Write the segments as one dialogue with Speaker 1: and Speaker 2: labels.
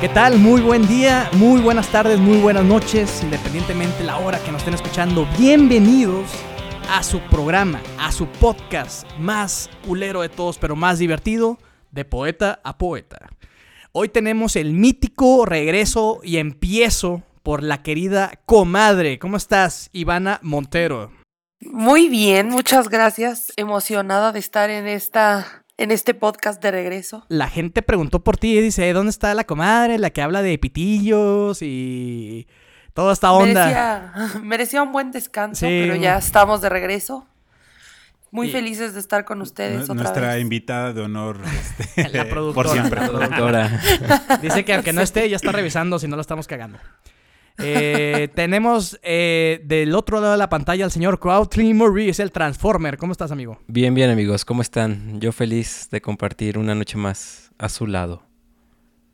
Speaker 1: ¿Qué tal? Muy buen día, muy buenas tardes, muy buenas noches, independientemente la hora que nos estén escuchando. Bienvenidos a su programa, a su podcast más culero de todos, pero más divertido, de poeta a poeta. Hoy tenemos el mítico regreso y empiezo por la querida comadre. ¿Cómo estás, Ivana Montero?
Speaker 2: Muy bien, muchas gracias. Emocionada de estar en esta en este podcast de regreso.
Speaker 1: La gente preguntó por ti y dice, ¿dónde está la comadre? La que habla de pitillos y toda esta
Speaker 2: onda. Merecía, merecía un buen descanso, sí. pero ya estamos de regreso. Muy y felices de estar con ustedes. Otra
Speaker 3: nuestra
Speaker 2: vez.
Speaker 3: invitada de honor.
Speaker 1: Este, la productora. Por
Speaker 3: siempre.
Speaker 1: La productora. Dice que aunque no esté, ya está revisando si no lo estamos cagando. Eh, tenemos eh, del otro lado de la pantalla al señor Crowdtree Maurice, el Transformer. ¿Cómo estás, amigo?
Speaker 4: Bien, bien, amigos. ¿Cómo están? Yo feliz de compartir una noche más a su lado.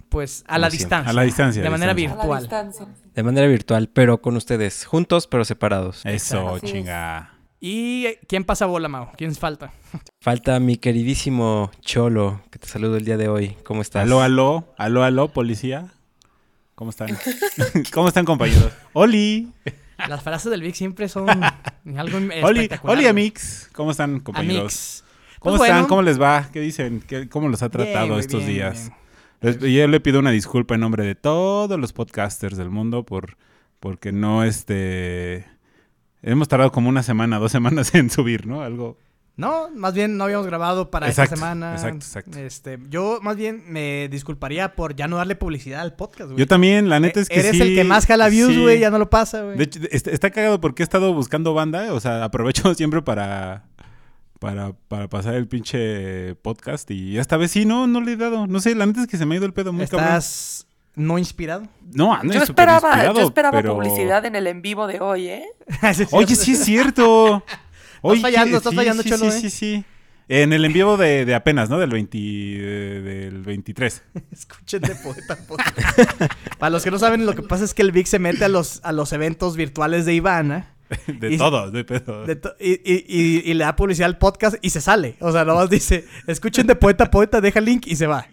Speaker 1: Pues a Como la siempre. distancia.
Speaker 3: A la distancia.
Speaker 1: De
Speaker 3: la
Speaker 1: manera
Speaker 3: distancia.
Speaker 1: virtual.
Speaker 2: Distancia.
Speaker 4: De manera virtual, pero con ustedes. Juntos, pero separados.
Speaker 3: Eso, Así chinga.
Speaker 1: Es. ¿Y quién pasa bola, Mau? ¿Quién falta?
Speaker 4: Falta mi queridísimo Cholo, que te saludo el día de hoy. ¿Cómo estás?
Speaker 3: Aló, aló. Aló, aló, policía. ¿Cómo están? ¿Cómo están, compañeros? ¡Oli!
Speaker 1: Las frases del Vic siempre son algo
Speaker 3: ¡Oli, Oli Amix! ¿Cómo están, compañeros? Amix. ¿Cómo pues están? Bueno. ¿Cómo les va? ¿Qué dicen? ¿Qué, ¿Cómo los ha tratado bien, estos bien, días? Bien. Yo le pido una disculpa en nombre de todos los podcasters del mundo por porque no, este... Hemos tardado como una semana, dos semanas en subir, ¿no? Algo...
Speaker 1: No, más bien no habíamos grabado para esta
Speaker 3: exacto,
Speaker 1: semana.
Speaker 3: Exacto, exacto.
Speaker 1: Este, yo más bien me disculparía por ya no darle publicidad al podcast, güey. E
Speaker 3: Yo también, la neta es que
Speaker 1: Eres
Speaker 3: sí,
Speaker 1: el que más jala views, güey, sí. ya no lo pasa, güey.
Speaker 3: De hecho, está, cagado porque he estado buscando banda, o sea, aprovecho siempre para para, para pasar el pinche podcast y esta vez sí, no, no le he dado. No sé, la neta es que se me ha ido el pedo muy
Speaker 1: ¿Estás cabrón. no inspirado?
Speaker 3: No, ando
Speaker 2: yo esperaba,
Speaker 3: yo
Speaker 2: esperaba
Speaker 3: pero...
Speaker 2: publicidad en el en vivo de hoy, ¿eh?
Speaker 3: ¿Sí Oye, sí es cierto.
Speaker 1: Oye, estás fallando, estás
Speaker 3: sí,
Speaker 1: fallando,
Speaker 3: sí,
Speaker 1: Cholo,
Speaker 3: Sí,
Speaker 1: eh?
Speaker 3: sí, sí. En el envío de, de apenas, ¿no? Del, 20, de, del 23.
Speaker 1: Escuchen de poeta, poeta. Para los que no saben, lo que pasa es que el Vic se mete a los, a los eventos virtuales de Ivana.
Speaker 3: De todo, de pedo.
Speaker 1: De to y, y, y, y, le da publicidad al podcast y se sale. O sea, nomás dice, escuchen de poeta, poeta, deja el link y se va.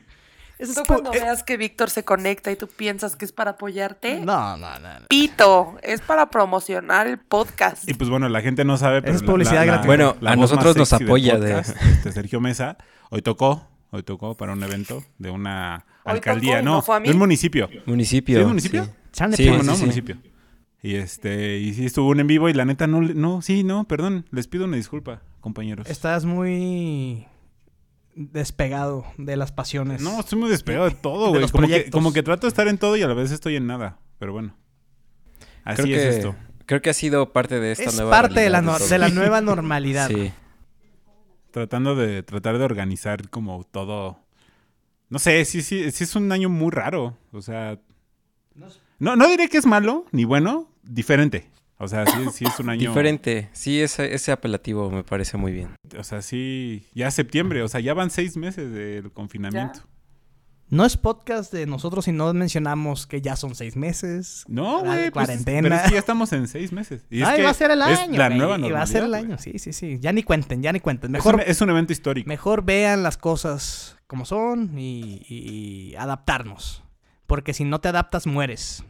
Speaker 2: Eso tú es cuando eh, veas que Víctor se conecta y tú piensas que es para apoyarte.
Speaker 1: No, no, no, no.
Speaker 2: Pito, es para promocionar el podcast.
Speaker 3: Y pues bueno, la gente no sabe, pero
Speaker 1: es publicidad
Speaker 3: la, la,
Speaker 1: gratuita.
Speaker 4: Bueno,
Speaker 3: la
Speaker 4: a
Speaker 3: voz
Speaker 4: nosotros
Speaker 3: más
Speaker 4: nos
Speaker 3: sexy del
Speaker 4: apoya de-
Speaker 3: podcast, este, Sergio Mesa hoy tocó, hoy tocó para un evento de una
Speaker 2: Hoy
Speaker 3: alcaldía,
Speaker 2: tocó y no
Speaker 3: no,
Speaker 2: fue a mí.
Speaker 3: de un municipio.
Speaker 4: Municipio.
Speaker 3: ¿Sí es municipio?
Speaker 4: Sí.
Speaker 1: Chale,
Speaker 4: Sí,
Speaker 1: pues,
Speaker 3: ¿no?
Speaker 4: sí.
Speaker 3: Municipio. Y este, y sí estuvo un en vivo y la neta no, le- no, sí, no, perdón, les pido una disculpa, compañeros.
Speaker 1: Estás muy despegado de las pasiones.
Speaker 3: No, estoy muy despegado de todo,
Speaker 1: De
Speaker 3: güey.
Speaker 1: los
Speaker 3: como, que,
Speaker 1: proyectos.
Speaker 3: como que trato de estar en todo y a la vez estoy en nada. Pero bueno. Así
Speaker 4: creo
Speaker 3: es
Speaker 4: que,
Speaker 3: esto.
Speaker 4: Creo que ha sido parte de esta
Speaker 1: es
Speaker 4: nueva
Speaker 1: parte de la,
Speaker 4: realidad
Speaker 1: nor-
Speaker 4: todo.
Speaker 1: de la nueva normalidad.
Speaker 4: Sí.
Speaker 3: Tratando de, tratar de organizar como todo. No sé, sí, sí, sí es un año muy raro. O sea. No, no diré que es malo ni bueno, diferente. O sea, sí, sí es un año.
Speaker 4: Diferente. Sí, ese, ese apelativo me parece muy bien.
Speaker 3: O sea, sí. Ya septiembre, o sea, ya van seis meses del confinamiento.
Speaker 1: No es podcast de nosotros si no mencionamos que ya son seis meses.
Speaker 3: No,
Speaker 1: Ahora Ah, de
Speaker 3: güey. Pues,
Speaker 1: cuarentena.
Speaker 3: Pero es que ya estamos en seis meses. Y es
Speaker 1: Ay,
Speaker 3: que
Speaker 1: va a ser el año.
Speaker 3: Es la
Speaker 1: güey,
Speaker 3: nueva
Speaker 1: y
Speaker 3: normalidad.
Speaker 1: va a ser el
Speaker 3: güey.
Speaker 1: año, sí, sí, sí. Ya ni cuenten, ya ni cuenten.
Speaker 3: Es
Speaker 1: Mejor,
Speaker 3: un- es un evento histórico.
Speaker 1: mejor vean las cosas como son y, y- y adaptarnos. Porque si no te adaptas, mueres.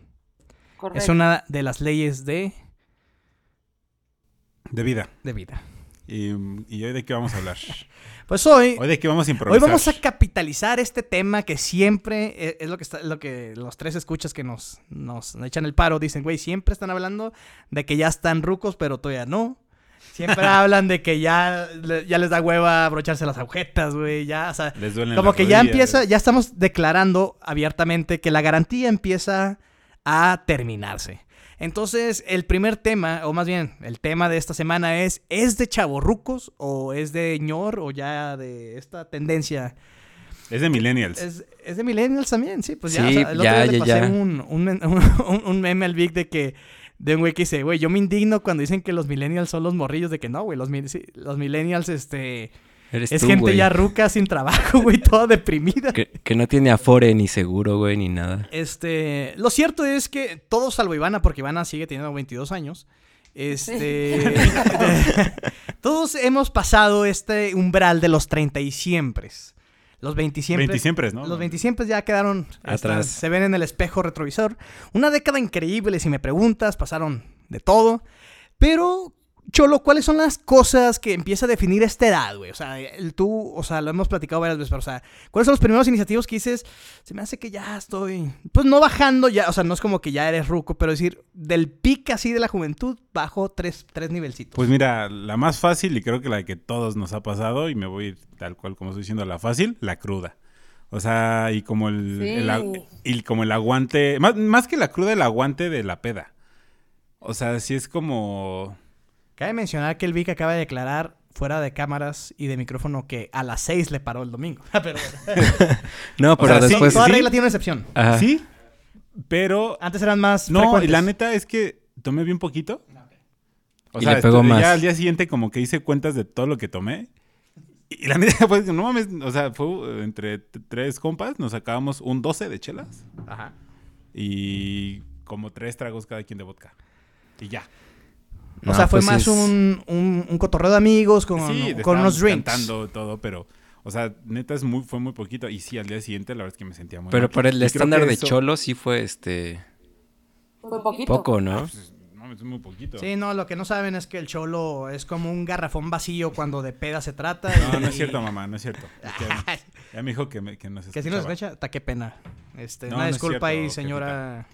Speaker 2: Correcto.
Speaker 1: Es una de las leyes de,
Speaker 3: De vida.
Speaker 1: de vida.
Speaker 3: ¿Y, y hoy de qué vamos a hablar?
Speaker 1: Pues hoy,
Speaker 3: Hoy de qué vamos a improvisar.
Speaker 1: hoy vamos a capitalizar este tema que siempre eh, es lo que, está, lo que los tres escuchas que nos, nos echan el paro. Dicen, güey, siempre están hablando de que ya están rucos, pero todavía no. Siempre hablan de que ya, le- ya les da hueva abrocharse las agujetas, güey. Ya, o sea,
Speaker 3: Les duelen
Speaker 1: Como
Speaker 3: las
Speaker 1: que ya
Speaker 3: rodillas.
Speaker 1: empieza, ya estamos declarando abiertamente que la garantía empieza a terminarse. Entonces, el primer tema, o más bien, el tema de esta semana es, ¿es de chavorrucos o es de ñor o ya de esta tendencia?
Speaker 3: Es de Millennials.
Speaker 1: Es, es de millennials también, sí, pues ya,
Speaker 4: Sí,
Speaker 1: o sea, el
Speaker 4: ya,
Speaker 1: otro día le
Speaker 4: ya,
Speaker 1: pasé
Speaker 4: ya.
Speaker 1: Un, un, men- un- un meme al Vic de que, de un güey que dice, güey, yo me indigno cuando dicen que los millennials son los morrillos, de que no, güey, los, mil- sí, los millennials, este,
Speaker 4: Eres
Speaker 1: es
Speaker 4: tú,
Speaker 1: gente
Speaker 4: güey.
Speaker 1: ya ruca, sin trabajo, güey, toda deprimida.
Speaker 4: Que, que no tiene afore ni seguro, güey, ni nada.
Speaker 1: Este, lo cierto es que todos salvo Ivana, porque Ivana sigue teniendo 22 años. Este, todos hemos pasado este umbral de los 30 y siempre. Los 20 siempre.
Speaker 3: 20 siempre, ¿no?
Speaker 1: Los 20 siempre ya quedaron
Speaker 4: Atrás.
Speaker 1: Se ven en el espejo retrovisor. Una década increíble, si me preguntas, pasaron de todo. Pero, Cholo, ¿cuáles son las cosas que empieza a definir esta edad, güey? O sea, el, tú, o sea, lo hemos platicado varias veces, pero, o sea, ¿cuáles son los primeros iniciativos que dices? Se me hace que ya estoy. Pues no bajando ya, o sea, no es como que ya eres ruco, pero decir, del pic así de la juventud, bajo tres, tres nivelcitos.
Speaker 3: Pues mira, la más fácil y creo que la que todos nos ha pasado, y me voy a ir tal cual como estoy diciendo, la fácil, la cruda. O sea, y como el,
Speaker 2: Sí.
Speaker 3: el agu- y como el aguante, más, más que la cruda, el aguante de la peda. O sea, sí es como...
Speaker 1: Cabe mencionar que el Vic acaba de declarar fuera de cámaras y de micrófono que a las 6 le paró el domingo. Ah, pero bueno.
Speaker 4: No, pero
Speaker 3: sea, sí,
Speaker 4: después.
Speaker 1: Toda
Speaker 3: Pues sí.
Speaker 1: regla tiene una excepción.
Speaker 4: Ajá.
Speaker 3: Sí, pero...
Speaker 1: Antes eran más
Speaker 3: No, y
Speaker 1: frecuentes.
Speaker 3: la neta es que tomé bien poquito. O
Speaker 4: Y
Speaker 3: sea,
Speaker 4: le pegó
Speaker 3: estuve-
Speaker 4: más.
Speaker 3: ya al día siguiente como que hice cuentas de todo lo que tomé. Y la neta, pues, no mames, o sea, fue eh, entre t- tres compas, nos sacábamos un 12 de chelas
Speaker 1: Ajá.
Speaker 3: y como tres tragos cada quien de vodka. Y ya.
Speaker 1: o
Speaker 4: No,
Speaker 1: sea, fue
Speaker 4: pues sí
Speaker 1: más
Speaker 4: es-
Speaker 1: un, un, un cotorreo de amigos con,
Speaker 3: sí,
Speaker 1: con
Speaker 3: estábamos
Speaker 1: unos drinks.
Speaker 3: cantando todo, pero, o sea, neta es muy, fue muy poquito. Y sí, al día siguiente la verdad es que me sentía muy
Speaker 4: Pero
Speaker 3: mal.
Speaker 4: para
Speaker 3: Y
Speaker 4: el
Speaker 3: creo
Speaker 4: estándar
Speaker 3: que
Speaker 4: de
Speaker 3: eso-
Speaker 4: Cholo sí fue este.
Speaker 2: Fue poquito.
Speaker 4: Poco, ¿no?
Speaker 3: pues, no mames, es muy poquito.
Speaker 1: Sí, no, lo que no saben es que el cholo es como un garrafón vacío cuando de peda se trata.
Speaker 3: No,
Speaker 1: y-
Speaker 3: no es cierto, mamá, no es cierto. Es que ya- ya me dijo que, me, que no se
Speaker 1: Que si nos
Speaker 3: escuchaba.
Speaker 1: escucha, ta qué pena. Este,
Speaker 3: pues No,
Speaker 1: una
Speaker 3: no es
Speaker 1: disculpa ahí,
Speaker 3: cierto,
Speaker 1: señora.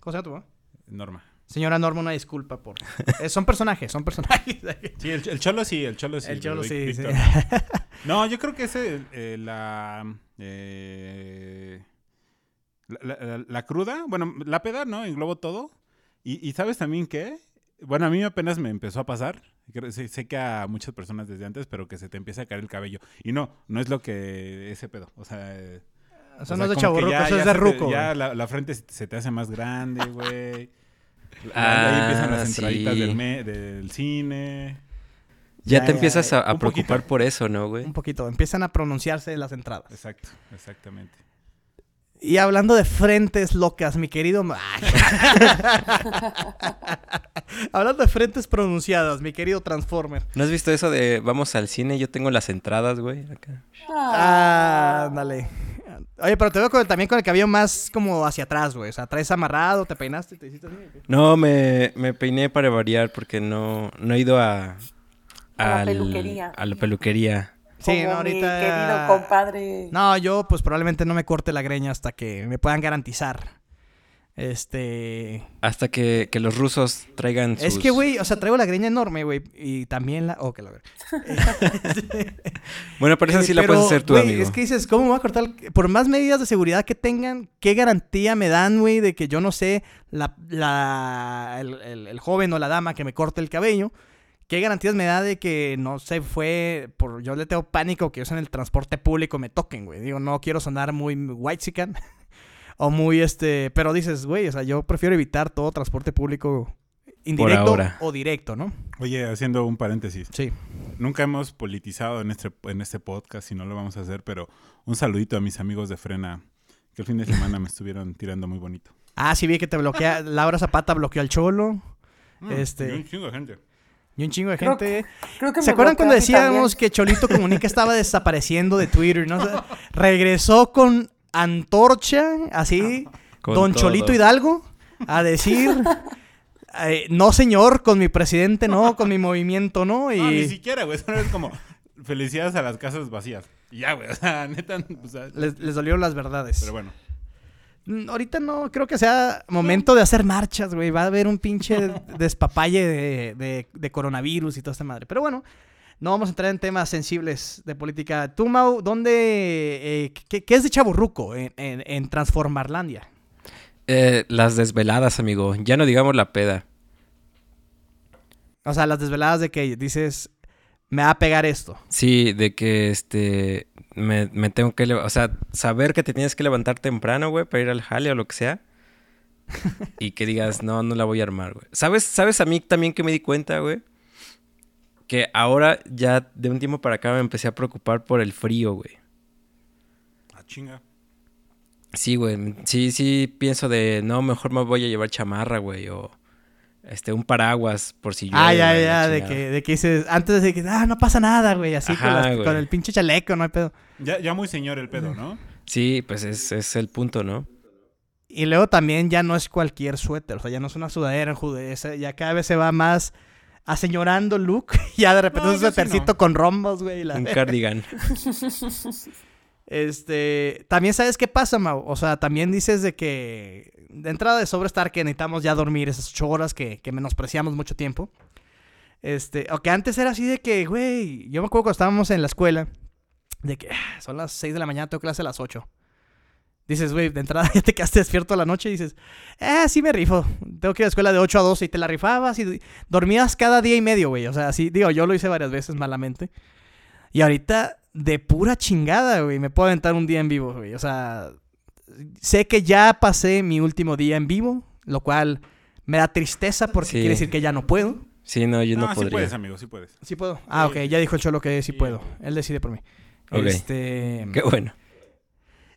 Speaker 1: ¿Cómo se llama tu mamá?
Speaker 3: Norma.
Speaker 1: Señora Norma, una disculpa por. Eh, son personajes, son personajes.
Speaker 3: Sí, el, el cholo sí, el cholo sí.
Speaker 1: el cholo
Speaker 3: Vic-
Speaker 1: sí, sí.
Speaker 3: Víctor. No, yo creo que ese, eh, la, eh, la, la- la cruda, bueno, la peda, ¿no? Englobo todo. Y, y ¿sabes también qué? Bueno, a mí apenas me empezó a pasar. Creo- Sé, sé que a muchas personas desde antes, pero que se te empieza a caer el cabello. Y no, no es lo que ese pedo. O sea, eh,
Speaker 1: O sea,
Speaker 3: o
Speaker 1: no es de
Speaker 3: sea, como que
Speaker 1: chaburruco,
Speaker 3: ya-
Speaker 1: eso
Speaker 3: ya
Speaker 1: es de
Speaker 3: se te-
Speaker 1: ruco.
Speaker 3: ya
Speaker 1: güey.
Speaker 3: la, la frente se- se te hace más grande, güey.
Speaker 4: Ah,
Speaker 3: ahí empiezan las entraditas
Speaker 4: sí.
Speaker 3: del, me- del cine.
Speaker 4: Ya,
Speaker 1: Ya,
Speaker 4: te
Speaker 1: ya,
Speaker 4: empiezas a, a
Speaker 3: un poquito.
Speaker 4: preocupar por eso, ¿no, güey?
Speaker 1: Un poquito, empiezan a pronunciarse las entradas.
Speaker 3: Exacto, exactamente.
Speaker 1: Y hablando de frentes locas, mi querido. Ma- hablando de frentes pronunciadas, mi querido Transformer.
Speaker 4: ¿No has visto eso de vamos al cine? Yo tengo las entradas, güey. Acá.
Speaker 1: Ah, ándale. Oye, pero te veo con- también con el cabello más como hacia atrás, güey. O sea, traes amarrado, te peinaste, te hiciste así.
Speaker 4: No, me, me peiné para variar porque no, no he ido a.
Speaker 2: A la
Speaker 4: al-
Speaker 2: peluquería.
Speaker 4: A la peluquería.
Speaker 1: Sí,
Speaker 2: Como
Speaker 1: no, ahorita.
Speaker 2: Mi querido compadre.
Speaker 1: No, yo pues probablemente no me corte la greña hasta que me puedan garantizar. Este.
Speaker 4: Hasta que, que los rusos traigan sus...
Speaker 1: Es que, güey, o sea, traigo la greña enorme, güey. Y también la. Oh, que la ver.
Speaker 4: Bueno, pero esa
Speaker 1: Eh,
Speaker 4: sí la
Speaker 1: pero,
Speaker 4: puedes hacer tú,
Speaker 1: güey,
Speaker 4: amigo.
Speaker 1: Es que dices, ¿cómo me voy a cortar? el- Por más medidas de seguridad que tengan, ¿qué garantía me dan, güey, de que yo no sé, la, la- el, el- el joven o la dama que me corte el cabello? ¿Qué garantías me da de que no se fue por yo le tengo pánico que yo en el transporte público me toquen, güey? Digo, no quiero sonar muy white o muy este, pero dices, güey, o sea, yo prefiero evitar todo transporte público indirecto
Speaker 4: ahora.
Speaker 1: o directo, ¿no?
Speaker 3: Oye, haciendo un paréntesis,
Speaker 1: Sí.
Speaker 3: nunca hemos politizado en este, en este podcast y no lo vamos a hacer, pero un saludito a mis amigos de Frena, que el fin de semana me estuvieron tirando muy bonito.
Speaker 1: Ah, sí vi que te bloquea Laura Zapata bloqueó al Cholo Este-
Speaker 3: y un chingo de gente.
Speaker 1: y un chingo de
Speaker 2: Creo
Speaker 1: gente.
Speaker 2: Creo que
Speaker 1: ¿Se
Speaker 2: me
Speaker 1: acuerdan
Speaker 2: bloquea
Speaker 1: cuando
Speaker 2: a ti también.
Speaker 1: decíamos que Cholito Comunica estaba desapareciendo de Twitter? ¿no? O sea, regresó con antorcha, así,
Speaker 2: Ah,
Speaker 4: Con
Speaker 1: don
Speaker 4: todo.
Speaker 1: Cholito Hidalgo, a decir, eh, no señor, con mi presidente no, con mi movimiento no, y...
Speaker 2: Ah,
Speaker 3: No, ni siquiera, güey, solo es como felicidades a las casas vacías. Y ya, güey, o sea, neta, o sea,
Speaker 1: les, les dolieron las verdades.
Speaker 3: pero bueno.
Speaker 1: Mm, Ahorita no creo que sea momento de hacer marchas, güey. Va a haber un pinche despapalle de, de- de coronavirus y toda esta madre. Pero bueno, no vamos a entrar en temas sensibles de política. Tú, Mau, ¿dónde, eh, qué, qué es de chaburruco en, en, en Transformarlandia?
Speaker 4: Eh, las desveladas, amigo. Ya no digamos la peda.
Speaker 1: O sea, las desveladas de que dices, me va a pegar esto.
Speaker 4: Sí, de que este me, me tengo que, leva- o sea, saber que te tienes que levantar temprano, güey, para ir al jale o lo que sea. y que digas, "No, no la voy a armar, güey." ¿Sabes sabes a mí también que me di cuenta, güey? Que ahora ya de un tiempo para acá me empecé a preocupar por el frío, güey.
Speaker 3: Ah, chinga.
Speaker 4: Sí, güey. Sí, sí pienso de, no, mejor me voy a llevar chamarra, güey. O este, un paraguas por si yo.
Speaker 1: Ah, ya, ya, de que, de que dices, antes de que, ah, no pasa nada, güey, así Ajá, con, las, güey. con, el pinche chaleco, no hay pedo.
Speaker 3: Ya, ya muy señor el pedo, ¿no?
Speaker 4: Sí, pues es, es el punto, ¿no?
Speaker 1: Y luego también ya no es cualquier suéter, o sea, ya no es una sudadera en ya cada vez se va más aseñorando look, ya de repente no, es un suétercito sí no. con rombos, güey. La...
Speaker 4: Un cardigan.
Speaker 1: Este, también sabes qué pasa, Mau. O sea, también dices de que de entrada de sobrestar que necesitamos ya dormir esas ocho horas que, que menospreciamos mucho tiempo. Este, o que antes era así de que, güey, yo me acuerdo cuando estábamos en la escuela, de que ah, son las 6 de la mañana, tengo clase a las 8. Dices, güey, de entrada ya te quedaste despierto a la noche y dices, ah, sí me rifo, tengo que ir a la escuela de 8 a 12 y te la rifabas y dormías cada día y medio, güey. O sea, así, digo, yo lo hice varias veces malamente. Y ahorita de pura chingada, güey. Me puedo aventar un día en vivo, güey. O sea, sé que ya pasé mi último día en vivo, lo cual me da tristeza porque sí. quiere decir que ya no puedo.
Speaker 4: Sí, no, yo no, no podría.
Speaker 3: Sí puedes, amigo, sí puedes.
Speaker 1: Sí puedo. Ah, ok, ya dijo el cholo que sí puedo. Él decide por mí.
Speaker 4: Okay. Este... Qué bueno.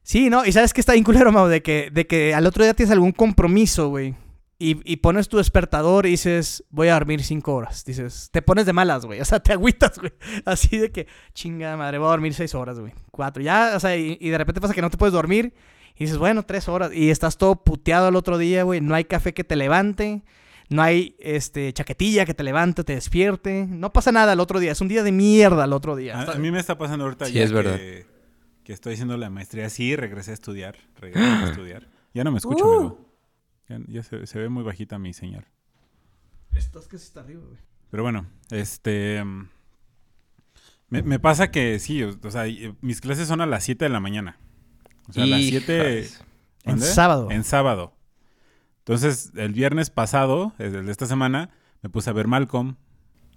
Speaker 1: Sí, no, y sabes que está bien culero, Mau, de que, de que al otro día tienes algún compromiso, güey. Y, y, pones tu despertador y dices, voy a dormir cinco horas. Dices, te pones de malas, güey. O sea, te agüitas, güey. Así de que, chinga madre, voy a dormir seis horas, güey. Cuatro. Ya, o sea, y, y, de repente pasa que no te puedes dormir. Y dices, bueno, tres horas. Y estás todo puteado el otro día, güey. No hay café que te levante. No hay este, chaquetilla que te levante, te despierte. No pasa nada el otro día. Es un día de mierda el otro día.
Speaker 3: A, Ah, a mí me está pasando ahorita.
Speaker 4: Sí, ya es verdad.
Speaker 3: Que, que, estoy haciendo la maestría. Sí, regresé a estudiar. Regresé a estudiar. Ya no me escucho, uh. amigo. Ya, ya se, se, ve muy bajita mi señor.
Speaker 1: Estás casi hasta arriba, güey.
Speaker 3: Pero bueno, este... Um, me, me, pasa que sí, o, o, sea, eh, mis clases son a las 7 de la mañana. O sea, Hijas. a las 7...
Speaker 1: En sábado.
Speaker 3: En sábado. Entonces, el viernes pasado, el de esta semana, me puse a ver Malcolm.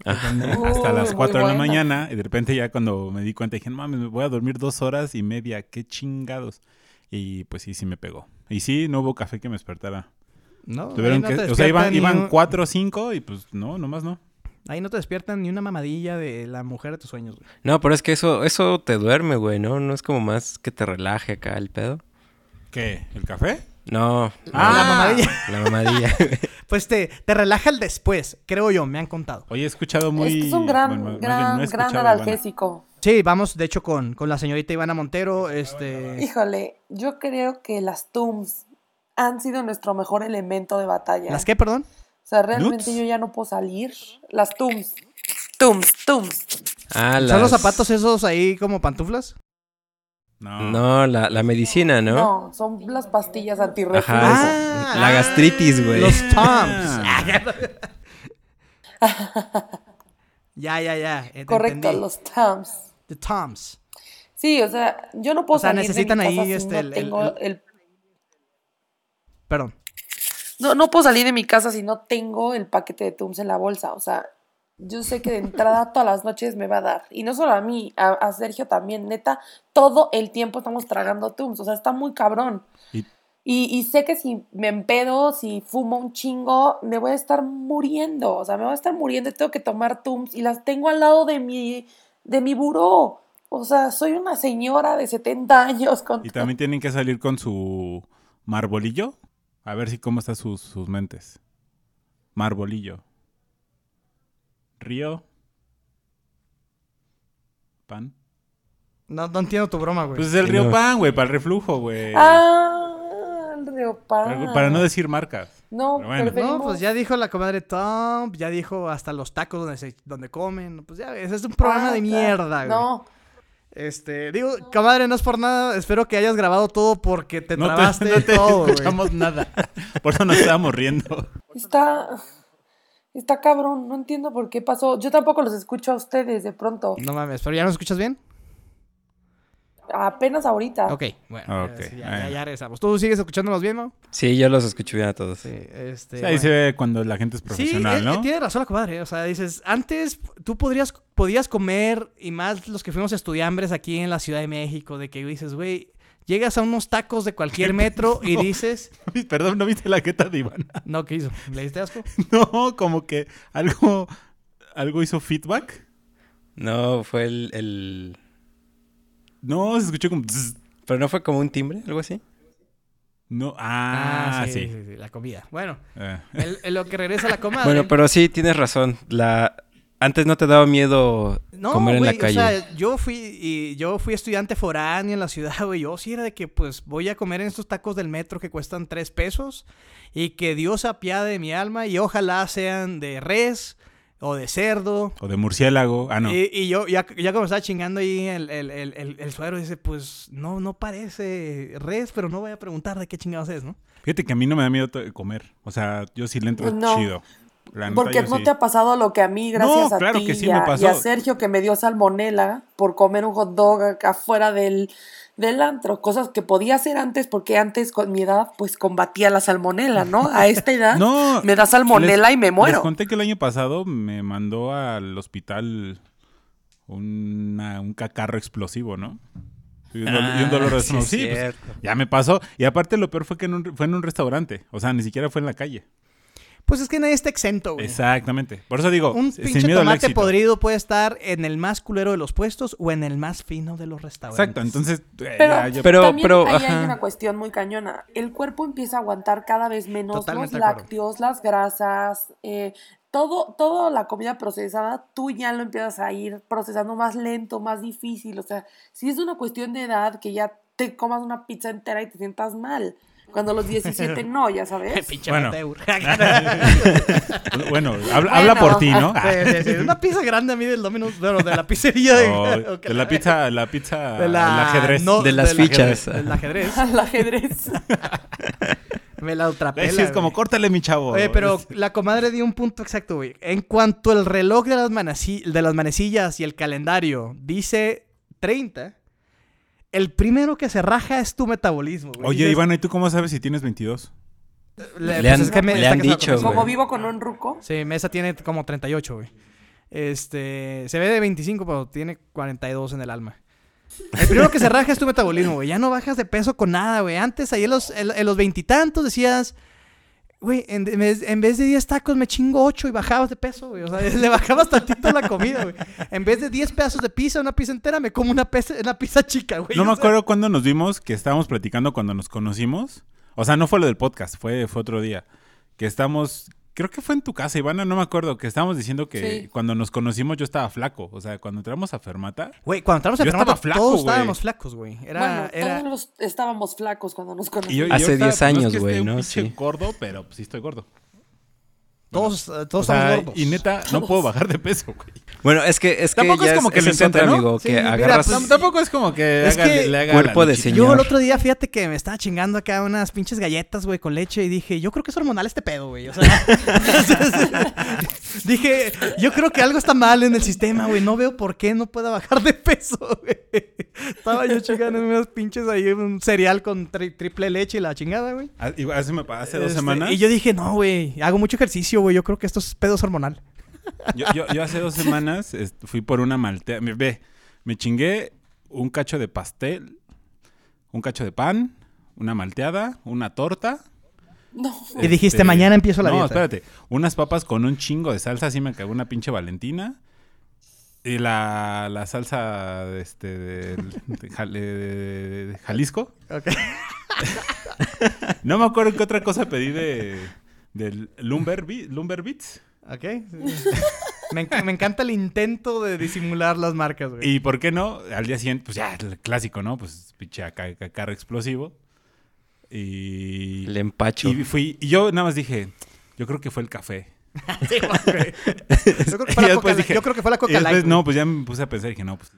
Speaker 3: Ah. Oh, hasta las 4 de la mañana. Y de repente ya cuando me di cuenta dije, mami, me voy a dormir dos horas y media. Qué chingados. Y pues sí, sí me pegó. Y sí, no hubo café que me despertara.
Speaker 1: No,
Speaker 3: Tuvieron
Speaker 1: no
Speaker 3: que, o sea, iban, iban un... cuatro o cinco y pues no, nomás no.
Speaker 1: Ahí no te despiertan ni una mamadilla de la mujer de tus sueños, güey.
Speaker 4: No, pero es que eso, eso te duerme, güey, ¿no? No es como más que te relaje acá el pedo.
Speaker 3: ¿Qué? ¿El café?
Speaker 4: No.
Speaker 1: Ah,
Speaker 4: no, la mamadilla. La mamadilla.
Speaker 1: pues te, te relaja el después, creo yo, me han contado.
Speaker 3: Oye, he escuchado muy...
Speaker 2: Es, que es un gran, bueno, más, gran, no gran analgésico.
Speaker 1: Sí, vamos, de hecho, con, con la señorita Ivana Montero, este...
Speaker 2: Híjole, yo creo que las TUMS han sido nuestro mejor elemento de batalla.
Speaker 1: ¿Las qué, perdón?
Speaker 2: O sea, realmente ¿Nuts? yo ya no puedo salir. Las tums. Tums, tums.
Speaker 1: Ah, las... ¿Son los zapatos esos ahí como pantuflas?
Speaker 4: No, no la, la medicina, ¿no?
Speaker 2: No, son las pastillas antirretrovirales.
Speaker 4: Ah, la gastritis, güey.
Speaker 1: Los Ah, tums. ya, ya, ya.
Speaker 2: Ah,
Speaker 1: Eh,
Speaker 2: Correcto, entendí. los tums.
Speaker 1: The tums.
Speaker 2: Sí, o sea, yo no puedo
Speaker 1: o sea,
Speaker 2: salir
Speaker 1: necesitan
Speaker 2: de mi
Speaker 1: ahí
Speaker 2: casa
Speaker 1: este,
Speaker 2: si no tengo el, el, el
Speaker 1: Perdón.
Speaker 2: No, no puedo salir de mi casa si no tengo el paquete de Tums en la bolsa. O sea, yo sé que de entrada todas las noches me va a dar. Y no solo a mí, a, a Sergio también. Neta, todo el tiempo estamos tragando Tums. O sea, está muy cabrón. ¿Y? Y, y, sé que si me empedo, si fumo un chingo, me voy a estar muriendo. O sea, me voy a estar muriendo y tengo que tomar Tums. Y las tengo al lado de mi, de mi buró. O sea, soy una señora de 70 años. Con
Speaker 3: y también tienen que salir con su marbolillo. A ver si cómo están sus, sus, mentes. Marbolillo. Río. Pan.
Speaker 1: No, no entiendo tu broma, güey.
Speaker 3: Pues es el río no? pan, güey, para el reflujo, güey.
Speaker 2: Ah, el río pan.
Speaker 3: Para, para no decir marcas.
Speaker 2: No, pero bueno. preferimos...
Speaker 1: no, pues ya dijo la comadre Tom, ya dijo hasta los tacos donde, se, donde comen. Pues ya, ese es un programa ah, de mierda, güey.
Speaker 2: No.
Speaker 1: Este, digo, comadre, no es por nada. Espero que hayas grabado todo porque te no trabaste te, no te todo,
Speaker 3: escuchamos nada. Por eso nos estábamos riendo.
Speaker 2: Está. Está cabrón. No entiendo por qué pasó. Yo tampoco los escucho a ustedes de pronto.
Speaker 1: No mames, pero ¿ya nos escuchas bien?
Speaker 2: Apenas ahorita.
Speaker 1: Ah, Ok, bueno. Okay. Ya, ya, ya, regresamos. ¿Tú sigues escuchándonos bien, no?
Speaker 4: Sí, yo los escucho bien a todos.
Speaker 1: Sí, este,
Speaker 3: o sea, ahí bueno. se ve cuando la gente es profesional,
Speaker 1: sí,
Speaker 3: ¿no?
Speaker 1: Sí, tiene razón la comadre. O sea, dices, antes tú podrías, podías comer, y más los que fuimos estudiambres aquí en la Ciudad de México, de que dices, güey, llegas a unos tacos de cualquier metro y dices...
Speaker 3: Perdón, ¿no viste la queta de Iván?
Speaker 1: No, ¿qué hizo? ¿Le diste asco?
Speaker 3: no, como que algo, algo hizo feedback.
Speaker 4: No, fue el... el...
Speaker 3: No, se escuchó como. Tzz.
Speaker 4: Pero no fue como un timbre, algo así.
Speaker 3: No, ah, sí. Eh,
Speaker 1: sí, sí, la comida. Bueno, el- el lo que regresa a la comadre.
Speaker 4: Bueno, pero sí, tienes razón. La... Antes no te daba miedo
Speaker 1: No,
Speaker 4: comer en
Speaker 1: güey,
Speaker 4: la calle.
Speaker 1: o sea, yo fui, y yo fui estudiante foráneo en la ciudad, güey. Yo sí era de que, pues, voy a comer en estos tacos del metro que cuestan tres pesos y que Dios apiade de mi alma y ojalá sean de res o de cerdo.
Speaker 3: O de murciélago. Ah, no.
Speaker 1: Y, y yo ya, ya como estaba chingando ahí el, el, el, el- el suero, dice, pues, no, no parece res, pero no voy a preguntar de qué chingados es, ¿no?
Speaker 3: Fíjate que a mí no me da miedo to- comer. O sea, yo sí le entro
Speaker 2: No.
Speaker 3: chido. La neta,
Speaker 2: Porque
Speaker 3: yo
Speaker 2: no
Speaker 3: sí.
Speaker 2: te ha pasado lo que a mí, gracias
Speaker 3: No,
Speaker 2: a
Speaker 3: claro
Speaker 2: ti
Speaker 3: que sí
Speaker 2: y,
Speaker 3: me
Speaker 2: a,
Speaker 3: pasó.
Speaker 2: y a Sergio, que me dio salmonela por comer un hot dog acá afuera del, del antro. Cosas que podía hacer antes, porque antes con mi edad, pues combatía la salmonela, ¿no? A esta edad
Speaker 3: No,
Speaker 2: ah? me da salmonela y
Speaker 3: les-
Speaker 2: me
Speaker 3: Les
Speaker 2: muero.
Speaker 3: conté que el año pasado me mandó al hospital una- un cacarro explosivo, ¿no? Y un, dol- y un dolor de
Speaker 4: Ah,
Speaker 3: estómago.
Speaker 4: sí,
Speaker 3: Sí,
Speaker 4: es
Speaker 3: pues,
Speaker 4: cierto.
Speaker 3: ya me pasó. Y aparte lo peor fue que en un- fue en un restaurante. O sea, ni siquiera fue en la calle.
Speaker 1: Pues es que nadie está exento, güey.
Speaker 3: Exactamente. Por eso digo,
Speaker 1: Un
Speaker 3: sin
Speaker 1: pinche
Speaker 3: miedo al
Speaker 1: tomate
Speaker 3: éxito.
Speaker 1: podrido puede estar en el más culero de los puestos o en el más fino de los restaurantes.
Speaker 3: Exacto, entonces... eh,
Speaker 2: Pero,
Speaker 3: ya, yo-
Speaker 4: Pero-
Speaker 2: también
Speaker 4: pero,
Speaker 2: ahí
Speaker 4: ajá.
Speaker 2: hay una cuestión muy cañona. El cuerpo empieza a aguantar cada vez menos
Speaker 1: Totalmente de
Speaker 2: los
Speaker 1: acuerdo.
Speaker 2: lácteos, las grasas, eh, todo, toda la comida procesada, tú ya lo empiezas a ir procesando más lento, más difícil. O sea, si es una cuestión de edad que ya te comas una pizza entera y te sientas mal. Cuando a los 17 no, ya sabes.
Speaker 1: Pinche
Speaker 3: Bueno.
Speaker 1: amateur.
Speaker 3: Bueno, habla, habla por ti, ¿no?
Speaker 1: Sí, sí, sí. Una pizza grande a mí del Domino's, bueno, de la pizzería de,
Speaker 3: Oh,
Speaker 1: Ok,
Speaker 3: de la pizza, la pizza,
Speaker 1: de la-
Speaker 3: el ajedrez.
Speaker 1: no,
Speaker 4: De las
Speaker 1: del
Speaker 4: fichas.
Speaker 1: ajedrez, Del ajedrez.
Speaker 2: Al ajedrez.
Speaker 1: Me la ultrapela.
Speaker 3: Ahí sí es como,
Speaker 1: güey.
Speaker 3: córtale, mi chavo.
Speaker 1: Oye, pero la comadre dio un punto exacto, güey. En cuanto el reloj de las, manaci- de las manecillas y el calendario dice 30, el primero que se raja es tu metabolismo, güey.
Speaker 3: Oye,
Speaker 1: Dices,
Speaker 3: Ivana, ¿y tú cómo sabes si tienes 22?
Speaker 1: Le,
Speaker 4: Le
Speaker 1: pues
Speaker 4: han-
Speaker 1: es que me-
Speaker 4: le
Speaker 1: está
Speaker 4: han
Speaker 1: casado
Speaker 4: dicho,
Speaker 1: con mi
Speaker 2: Como
Speaker 1: esposa.
Speaker 4: güey.
Speaker 2: vivo con un ruco.
Speaker 1: Sí, Mesa tiene como 38, güey. Este, se ve de 25, pero tiene 42 en el alma. El primero que se raja es tu metabolismo, güey. Ya no bajas de peso con nada, güey. Antes, ahí en los, en, en los veintitantos decías, güey, en, de- en vez- en vez de 10 tacos me chingo 8 y bajabas de peso, güey. O sea, le bajabas tantito la comida, güey. En vez de 10 pedazos de pizza, una pizza entera, me como una, pizza, una pizza chica, güey.
Speaker 3: No
Speaker 1: O
Speaker 3: me
Speaker 1: sea,
Speaker 3: acuerdo cuándo nos vimos, que estábamos platicando cuando nos conocimos. O sea, no fue lo del podcast, fue, fue otro día. Que estamos, creo que fue en tu casa, Ivana, no me acuerdo, que estábamos diciendo que
Speaker 2: Sí.
Speaker 3: cuando nos conocimos yo estaba flaco. O sea, cuando entramos a Fermata,
Speaker 1: Güey, cuando entramos a
Speaker 3: Yo
Speaker 1: Fernanda,
Speaker 3: estaba flaco,
Speaker 1: todos
Speaker 3: güey.
Speaker 1: estábamos flacos, güey. Era,
Speaker 2: Bueno,
Speaker 1: era...
Speaker 2: todos los- estábamos flacos cuando nos
Speaker 3: y yo-
Speaker 2: conocimos.
Speaker 3: yo
Speaker 4: Hace
Speaker 3: estaba-
Speaker 4: 10
Speaker 3: no es que
Speaker 4: años,
Speaker 3: esté
Speaker 4: güey,
Speaker 3: un
Speaker 4: ¿no?
Speaker 3: pinche
Speaker 4: Sí.
Speaker 3: gordo, pero pues, sí estoy gordo.
Speaker 1: Todos, eh, todos
Speaker 3: o sea,
Speaker 1: estamos gordos.
Speaker 3: y neta, no puedo bajar de peso, güey.
Speaker 4: Bueno, es que es que
Speaker 3: Tampoco
Speaker 4: ya
Speaker 3: es como que lo
Speaker 4: esa otra,
Speaker 3: intenta, ¿no?
Speaker 4: amigo,
Speaker 1: Sí,
Speaker 4: que
Speaker 1: mira,
Speaker 4: agarras
Speaker 1: pues,
Speaker 3: Tam- tampoco es como que,
Speaker 1: Es
Speaker 3: haga-
Speaker 1: que
Speaker 3: le haga
Speaker 4: cuerpo
Speaker 3: la
Speaker 4: de
Speaker 3: luchita.
Speaker 4: señor.
Speaker 1: Yo el otro día, fíjate que me estaba chingando acá unas pinches galletas, güey, con leche y dije, yo creo que es hormonal este pedo, güey. O sea, dije, yo creo que algo está mal en el sistema, güey. No veo por qué no pueda bajar de peso, güey. Estaba yo chingando unas pinches ahí, un cereal con tri- triple leche y la chingada, güey.
Speaker 3: Ah, y Hace, me- hace dos
Speaker 1: Este,
Speaker 3: semanas.
Speaker 1: Y yo dije, no, güey, hago mucho ejercicio, güey. Yo creo que esto es pedo es hormonal.
Speaker 3: Yo, yo- yo hace dos semanas es- fui por una maltea. Me, ve, me chingué un cacho de pastel, un cacho de pan, una malteada, una torta.
Speaker 2: No.
Speaker 1: Y dijiste, "Mañana empiezo la
Speaker 3: Este, no,
Speaker 1: dieta".
Speaker 3: espérate. Unas papas con un chingo de salsa. Así me cagó una pinche Valentina. Y la, la salsa este, del- de, Jale- de Jalisco.
Speaker 1: Ok.
Speaker 3: No me acuerdo qué otra cosa pedí de, del Lumber, Bi- Lumber Beats.
Speaker 1: Ok. Me, enc- me encanta el intento de disimular las marcas, güey.
Speaker 3: Y por qué no, al día siguiente, pues ya, el clásico, ¿no? Pues pinche acá- acá carro explosivo. Y,
Speaker 4: el empacho.
Speaker 3: y fui, y yo nada más dije, yo creo que fue el café.
Speaker 1: Sí, güey. Yo creo que fue
Speaker 3: Y
Speaker 1: la
Speaker 3: después
Speaker 1: Coca-
Speaker 3: dije-
Speaker 1: yo creo que fue la
Speaker 3: Y
Speaker 1: Coca Light.
Speaker 3: después,
Speaker 1: güey.
Speaker 3: no, pues ya me puse a pensar y dije, no, pues.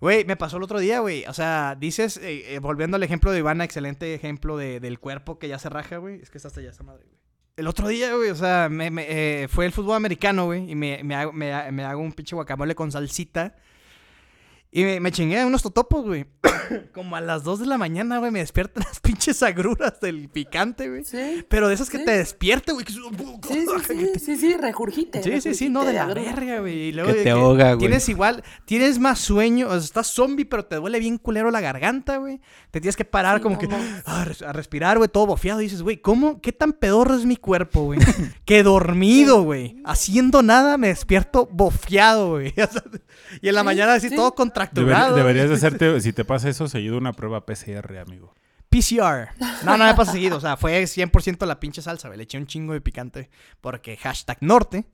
Speaker 1: Güey, me pasó el otro día, güey. O sea, dices, eh, eh, volviendo al ejemplo de Ivana, excelente ejemplo de- del cuerpo que ya se raja, güey. Es que está hasta allá esa madre, güey. El otro día, güey, o sea, me, me, eh, fue el fútbol americano, güey, y me, me hago, me ha- me hago un pinche guacamole con salsita. Y me, me chingué unos totopos, güey. Como a las 2 de la mañana, güey, me despiertan las pinches agruras del picante, güey.
Speaker 2: Sí.
Speaker 1: Pero de esas que
Speaker 2: Sí.
Speaker 1: te despierta, güey. que-
Speaker 2: Sí, sí, sí, sí, sí, rejurgite.
Speaker 1: Sí, sí, sí,
Speaker 2: rejurgite
Speaker 1: no, de la
Speaker 2: agruras.
Speaker 1: verga, güey. Y luego
Speaker 4: Que
Speaker 1: de
Speaker 4: te ahoga, güey.
Speaker 1: Tienes igual, tienes más sueño, o sea, estás zombie, pero te duele bien culero la garganta, güey. Te tienes que parar
Speaker 2: Sí,
Speaker 1: como
Speaker 2: no
Speaker 1: que
Speaker 2: mames.
Speaker 1: ah, res- a respirar, güey, todo bofeado. Y dices, güey, ¿cómo? ¿Qué tan pedorro es mi cuerpo, güey? que dormido, güey. Haciendo nada me despierto bofeado, güey. O sea, y en la
Speaker 2: Sí,
Speaker 1: mañana así
Speaker 2: sí.
Speaker 1: todo
Speaker 3: Debería-
Speaker 1: contracturado.
Speaker 3: deberías de hacerte, si te pasa eso, seguido una prueba PCR, amigo.
Speaker 1: PCR. No, no me pasa seguido. O sea, fue 100% la pinche salsa, güey. Le eché un chingo de picante porque hashtag norte.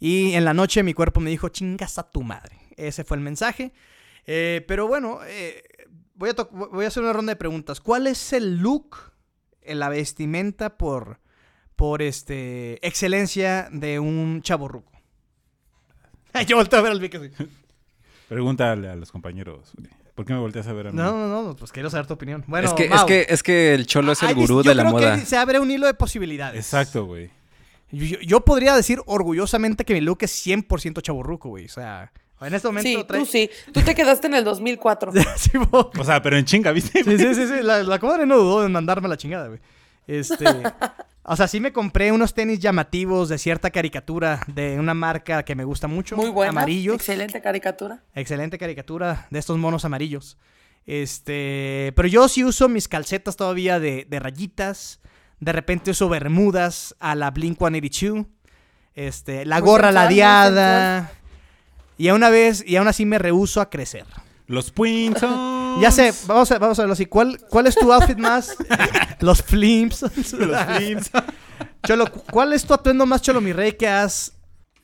Speaker 1: Y en la noche mi cuerpo me dijo, chingas a tu madre. Ese fue el mensaje. Eh, pero bueno, eh, voy, a voy a hacer una ronda de preguntas. ¿Cuál es el look, eh, la vestimenta por, por este, excelencia de un chavo ruco? Yo volteo a ver al Vic así.
Speaker 3: Pregúntale a los compañeros. güey. ¿Por qué me volteas a ver a mí?
Speaker 1: No, no, no, pues quiero saber tu opinión. Bueno,
Speaker 4: es, que, es,
Speaker 1: Mau,
Speaker 4: que, es que el cholo es el
Speaker 1: hay dis-
Speaker 4: gurú
Speaker 1: yo
Speaker 4: de la
Speaker 1: creo
Speaker 4: moda.
Speaker 1: que se abre un hilo de posibilidades.
Speaker 3: Exacto, güey.
Speaker 1: Yo, yo podría decir orgullosamente que mi look es 100% chaburruco, güey. O sea, en este momento
Speaker 2: Sí,
Speaker 1: trae-
Speaker 2: tú sí. Tú te quedaste en el 2004.
Speaker 1: Sí, bo-
Speaker 3: O sea, pero en chinga, ¿viste?
Speaker 1: sí, sí, sí, sí. La, la comadre no dudó en mandarme la chingada, güey. Este. O sea, sí me compré unos tenis llamativos de cierta caricatura de una marca que me gusta mucho.
Speaker 2: Muy buena.
Speaker 1: Amarillos.
Speaker 2: Excelente caricatura.
Speaker 1: Excelente caricatura de estos monos amarillos. Este, pero yo sí uso mis calcetas todavía de, de rayitas. De repente uso bermudas a la Blink-182. Este, la
Speaker 2: Muy
Speaker 1: gorra
Speaker 2: sensual, muy
Speaker 1: ladeada. Y a una vez, y aún así me rehuso a crecer.
Speaker 3: Los Princeton.
Speaker 1: Ya sé, vamos a, vamos a verlo así. ¿Cuál, ¿Cuál es tu outfit más? Los flims.
Speaker 3: Los Princeton.
Speaker 1: Cholo, ¿cu- ¿cuál es tu atuendo más, Cholo mi rey, que has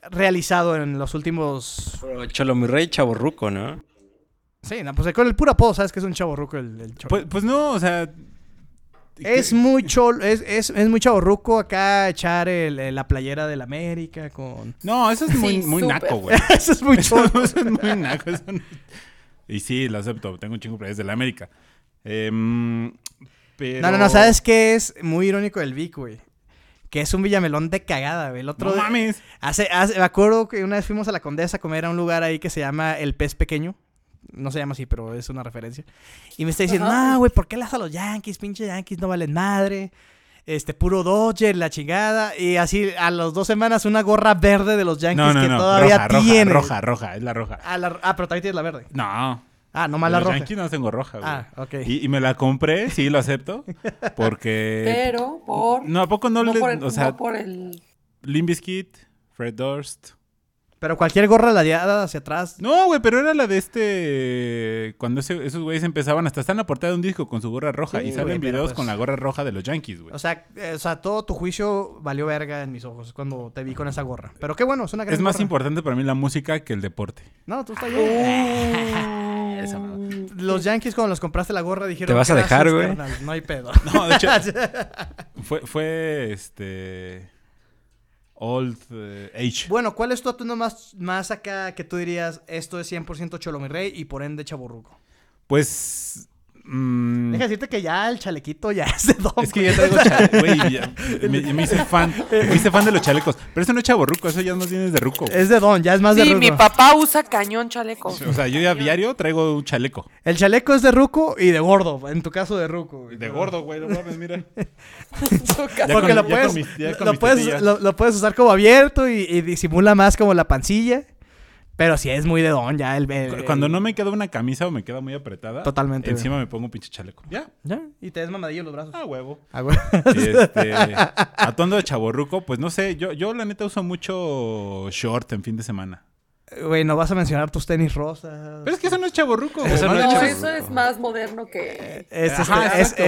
Speaker 1: realizado en los últimos
Speaker 4: Pero Cholo mi rey chaborruco, ¿no?
Speaker 1: Sí, no, pues con el puro apodo sabes que es un chavo ruco el, el cholo.
Speaker 3: Pues, pues no, o sea.
Speaker 1: es muy cholo, es, es, es muy chavo ruco acá echar el- el- la playera del América con...
Speaker 3: No, eso es muy,
Speaker 2: Sí,
Speaker 3: muy
Speaker 2: súper.
Speaker 3: naco, güey.
Speaker 1: Eso es muy
Speaker 3: Eso,
Speaker 1: cholo.
Speaker 3: eso es muy naco. eso no- Y sí, lo acepto. Tengo un chingo de players de la América. Em, pero...
Speaker 1: No, no, no, ¿sabes qué es muy irónico el Vic, güey? Que es un villamelón de cagada, güey. El otro...
Speaker 3: No
Speaker 1: de-
Speaker 3: mames.
Speaker 1: Hace, hace- me acuerdo que una vez fuimos a la Condesa a comer a un lugar ahí que se llama El Pez Pequeño. No se llama así, pero es una referencia. Y me está diciendo,
Speaker 2: Ajá.
Speaker 1: no, güey, ¿por qué las a los Yankees? Pinche Yankees no valen madre. Este, puro Dodger, la chingada. Y así, a las dos semanas, una gorra verde de los Yankees
Speaker 3: No, no,
Speaker 1: que
Speaker 3: no.
Speaker 1: todavía
Speaker 3: roja, roja,
Speaker 1: tiene.
Speaker 3: roja, roja. Es la roja.
Speaker 1: Ah, la- ah, pero también tienes la verde.
Speaker 3: No.
Speaker 1: Ah, nomás la
Speaker 3: los
Speaker 1: roja.
Speaker 3: Yankees no tengo roja, güey.
Speaker 1: Ah, ok.
Speaker 3: Y, y me la compré, sí, lo acepto. Porque.
Speaker 2: Pero por.
Speaker 3: Eh, No, ¿a poco no, le.
Speaker 2: por el,
Speaker 3: o sea,
Speaker 2: no por el-
Speaker 3: Limp Bizkit, Fred Durst.
Speaker 1: Pero cualquier gorra ladeada hacia atrás.
Speaker 3: No, güey, pero era la de este. Cuando ese- esos güeyes empezaban, hasta están en la portada de un disco con su gorra roja
Speaker 1: Sí,
Speaker 3: y salen
Speaker 1: güey, pero
Speaker 3: videos
Speaker 1: pues-
Speaker 3: con la gorra roja de los Yankees, güey.
Speaker 1: O sea, eh, o sea, todo tu juicio valió verga en mis ojos cuando te vi con esa gorra. Pero qué bueno, es una gran
Speaker 3: es más Ah,
Speaker 1: gorra.
Speaker 3: importante para mí la música que el deporte.
Speaker 1: No, tú estás bien. Los Yankees cuando los compraste la gorra dijeron...
Speaker 4: Te vas a
Speaker 1: "Gracias,
Speaker 4: dejar, güey".
Speaker 1: carnal, No hay pedo.
Speaker 3: No, de hecho, fue, fue este. Old eh, Age.
Speaker 1: bueno, ¿cuál es tu atuendo más, más acá que tú dirías esto es 100% Cholo mi rey y por ende Chaborruco?
Speaker 3: Pues. mm,
Speaker 1: Deja decirte que ya el chalequito ya es de don.
Speaker 3: es que ya traigo chale- güey, ya- me, me hice fan. Me hice fan de los chalecos. Pero eso no es chaborruco, eso ya no tienes de ruco. güey.
Speaker 1: Es de don, ya es más de
Speaker 2: Sí,
Speaker 1: ruco.
Speaker 2: mi papá usa cañón chaleco.
Speaker 3: O sea, yo ya diario traigo un chaleco.
Speaker 1: El chaleco es de ruco y de gordo, en tu caso de ruco. güey.
Speaker 3: De gordo, güey, no mames, mira. Ya
Speaker 1: Porque
Speaker 3: con-
Speaker 1: lo
Speaker 3: ya
Speaker 1: puedes,
Speaker 3: con mis- ya con
Speaker 1: lo,
Speaker 3: mis
Speaker 1: puedes,
Speaker 3: tetillas.
Speaker 1: lo, lo puedes usar como abierto y, y disimula más como la pancilla. Pero si es muy de don ya el... el-
Speaker 3: Cu- Cuando no me queda una camisa o me queda muy apretada,
Speaker 1: Totalmente, güey.
Speaker 3: Encima me pongo un pinche chaleco. Ya,
Speaker 1: ¿Ya? Y te des mamadillo en los brazos.
Speaker 3: a huevo.
Speaker 1: Ah, güey.
Speaker 3: Y, este, atuendo de chaborruco, pues no sé, yo, yo la neta uso mucho short en fin de semana.
Speaker 1: Güey, no vas a mencionar tus tenis rosas.
Speaker 3: Pero es que eso no es chaborruco. güey.
Speaker 4: Eso no
Speaker 3: Más
Speaker 4: es
Speaker 2: No,
Speaker 3: bien
Speaker 4: chavo
Speaker 2: eso es más moderno que.
Speaker 1: Es,
Speaker 3: Ajá,
Speaker 1: este- es-
Speaker 3: exacto.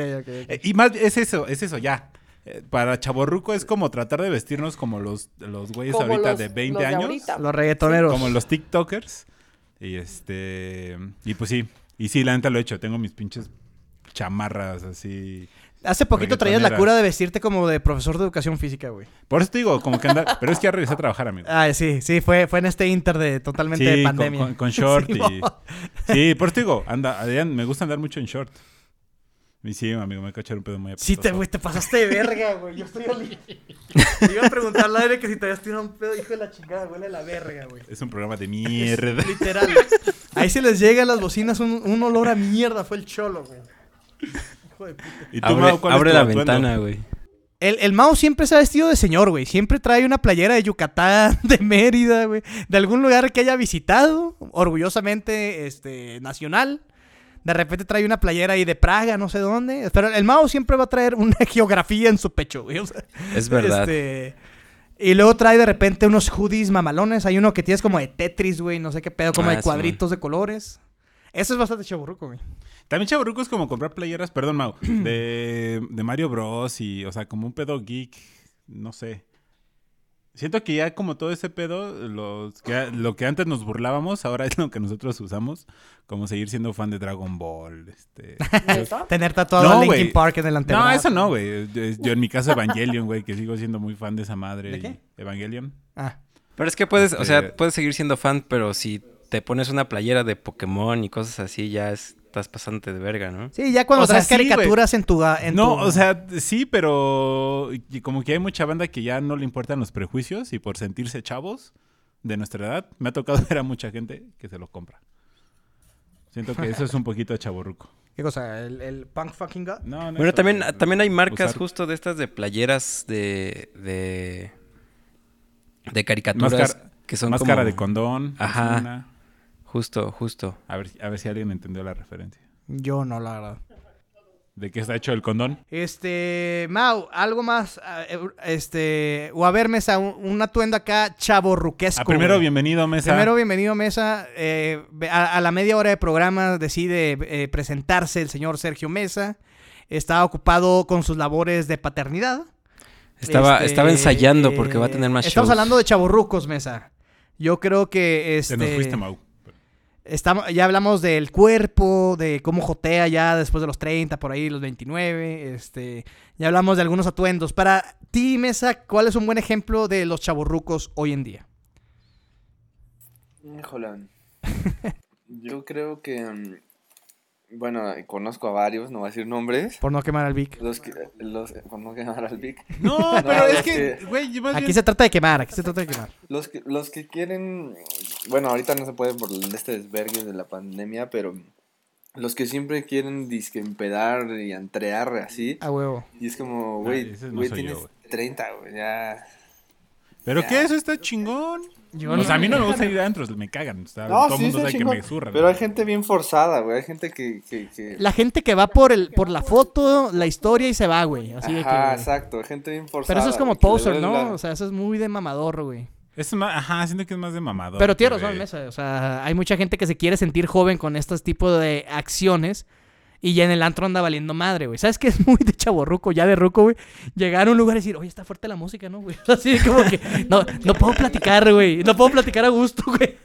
Speaker 1: eh, eh, ok, ok, ok.
Speaker 3: Eh, Y más es eso, es eso, ya. Eh, Para chaborruco es como tratar de vestirnos como los, los güeyes
Speaker 2: Como
Speaker 3: ahorita
Speaker 2: los-
Speaker 3: de
Speaker 2: los
Speaker 3: 20
Speaker 2: de
Speaker 3: años.
Speaker 2: ahorita.
Speaker 1: Los reggaetoneros.
Speaker 3: Como los TikTokers. Y este. Y pues sí. Y sí, la neta lo he hecho. Tengo mis pinches chamarras así.
Speaker 1: Hace poquito traías la
Speaker 3: reggaetoneras.
Speaker 1: cura de vestirte como de profesor de educación física, güey.
Speaker 3: Por eso te digo, como que andar. Pero es que ya regresé a trabajar, amigo.
Speaker 1: Ah, sí, sí, fue, fue en este inter de totalmente de
Speaker 3: Sí, con-
Speaker 1: pandemia.
Speaker 3: Con, con short
Speaker 1: Sí,
Speaker 3: y. Sí, por eso te digo, anda, Adrián, me gusta andar mucho en short. Y sí, amigo, me cacharon un pedo muy
Speaker 1: Sí, te,
Speaker 3: apestoso.
Speaker 1: güey, te pasaste de verga, güey. Yo estoy oli- Te iba a preguntar al aire que si te habías tirado un pedo, hijo de la chingada, huele a la verga, güey.
Speaker 3: Es un programa de mierda.
Speaker 1: Literal. Ahí se les llega a las bocinas un, un olor a mierda, fue el cholo, güey. Hijo de puta.
Speaker 3: ¿Y tú,
Speaker 4: Abre,
Speaker 3: Mau, cuál es
Speaker 4: abre
Speaker 3: tu
Speaker 4: la
Speaker 3: atuendo?
Speaker 4: ventana, güey.
Speaker 1: El, el Mao siempre se ha vestido de señor, güey. Siempre trae una playera de Yucatán, de Mérida, güey. De algún lugar que haya visitado, orgullosamente este, nacional. De repente trae una playera ahí de Praga, no sé dónde. Pero el Mao siempre va a traer una geografía en su pecho, güey. O sea,
Speaker 4: Es verdad.
Speaker 1: este, y luego trae de repente unos hoodies mamalones. Hay uno que tienes como de Tetris, güey. No sé qué pedo, como
Speaker 4: Ah,
Speaker 1: de cuadritos de colores. Eso es bastante chaburruco, güey.
Speaker 3: También chaburruco es como comprar playeras, perdón, Mau, de, de Mario Bros. y, o sea, como un pedo geek, no sé. Siento que ya como todo ese pedo, los que, lo que antes nos burlábamos, ahora es lo que nosotros usamos, como seguir siendo fan de Dragon Ball, este...
Speaker 1: Tener tatuado a
Speaker 3: No,
Speaker 1: Linkin
Speaker 3: güey.
Speaker 1: Park en el
Speaker 3: No,
Speaker 1: antebrazo.
Speaker 3: eso no, güey. Yo, yo en mi caso Evangelion, güey, que sigo siendo muy fan de esa madre.
Speaker 1: ¿De
Speaker 3: y-
Speaker 1: qué?
Speaker 3: Evangelion.
Speaker 1: Ah,
Speaker 4: Pero es que puedes, o
Speaker 3: Eh.
Speaker 4: sea, puedes seguir siendo fan, pero si te pones una playera de Pokémon y cosas así, ya estás pasándote de verga, ¿no?
Speaker 1: Sí, ya cuando
Speaker 3: O sea,
Speaker 1: traes
Speaker 3: sí, güey.
Speaker 1: caricaturas en tu... ga- en
Speaker 3: No,
Speaker 1: tu-
Speaker 3: o sea, sí, pero y como que hay mucha banda que ya no le importan los prejuicios y por sentirse chavos de nuestra edad, me ha tocado ver a mucha gente que se lo compra. Siento que eso es un poquito chaborruco.
Speaker 1: ¿Qué cosa? ¿El, el punk fucking god?
Speaker 3: No, no,
Speaker 4: Bueno,
Speaker 3: eso-
Speaker 4: también, también hay marcas
Speaker 3: usar
Speaker 4: justo de estas de playeras de. de. de caricaturas
Speaker 3: máscara-
Speaker 4: que son
Speaker 3: máscara
Speaker 4: como-
Speaker 3: de condón. es
Speaker 4: Ajá.
Speaker 3: una.
Speaker 4: Justo, justo.
Speaker 3: A ver, a ver si alguien entendió la referencia.
Speaker 1: Yo no, la verdad.
Speaker 3: ¿De qué está hecho el condón?
Speaker 1: Este, Mau, algo más, ah, eh, este, o a ver, Mesa, un, un atuendo acá chaborruquesco.
Speaker 3: Ah, primero,
Speaker 1: güey.
Speaker 3: bienvenido, Mesa.
Speaker 1: Primero, bienvenido, Mesa. Eh, ve- a, a la media hora de programa decide eh, presentarse el señor Sergio Mesa. Está ocupado con sus labores de paternidad.
Speaker 4: Estaba,
Speaker 1: Este, eh,
Speaker 4: estaba ensayando porque va a tener más
Speaker 1: Estamos
Speaker 4: shows.
Speaker 1: hablando de chaborrucos, Mesa. Yo creo que este.
Speaker 3: Te nos fuiste, Mau.
Speaker 1: Estamos, ya hablamos del cuerpo, de cómo jotea ya después de los 30, por ahí los 29, este, ya hablamos de algunos atuendos. Para ti, Mesa, ¿cuál es un buen ejemplo de los chaburrucos hoy en día?
Speaker 5: Híjole. Yo creo que. mm, Bueno, conozco a varios, no voy a decir nombres.
Speaker 1: Por no quemar al Vic.
Speaker 5: Los que. Los, eh, por no quemar al Vic.
Speaker 3: No, pero
Speaker 5: No,
Speaker 3: es
Speaker 5: es
Speaker 3: que,
Speaker 5: que-
Speaker 3: güey, yo más
Speaker 1: Aquí
Speaker 3: bien-
Speaker 1: se trata de quemar, aquí se trata de quemar.
Speaker 5: Los que, los que quieren. mm, Bueno, ahorita no se puede por el- este desvergue de la pandemia, pero. mm, Los que siempre quieren disque empedar y antrear así.
Speaker 1: A huevo.
Speaker 5: Y es
Speaker 1: Ah,
Speaker 5: como, güey,
Speaker 3: ese no
Speaker 5: güey,
Speaker 3: soy yo,
Speaker 5: tienes
Speaker 3: güey.
Speaker 5: 30, güey, ya.
Speaker 3: ¿Pero qué? Eso está chingón.
Speaker 1: Yo
Speaker 3: o sea, a mí no me gusta ir a antros, me cagan. o sea, todo el mundo sabe que me zurran.
Speaker 5: Pero hay gente bien forzada, güey. Hay gente que. que, que...
Speaker 1: La gente que va por el, por la foto, la historia y se va, güey. Así de que-
Speaker 5: Ajá, exacto. Hay gente bien forzada.
Speaker 1: Pero eso es como
Speaker 5: güey, que le
Speaker 1: poser,
Speaker 5: duele la-
Speaker 1: ¿no? O sea, eso es muy de mamador, güey.
Speaker 3: Es más, ajá, siento que es más de mamador.
Speaker 1: Pero tienes
Speaker 3: que
Speaker 1: razón,
Speaker 3: de-
Speaker 1: Mesa. O sea, hay mucha gente que se quiere sentir joven con estos tipos de acciones. Y ya en el antro anda valiendo madre, güey. ¿Sabes qué es muy de chaborruco, ya de ruco, güey? Llegar a un lugar y decir, oye, está fuerte la música, ¿no, güey? Así como que, no, no puedo platicar, güey. No puedo platicar a gusto, güey.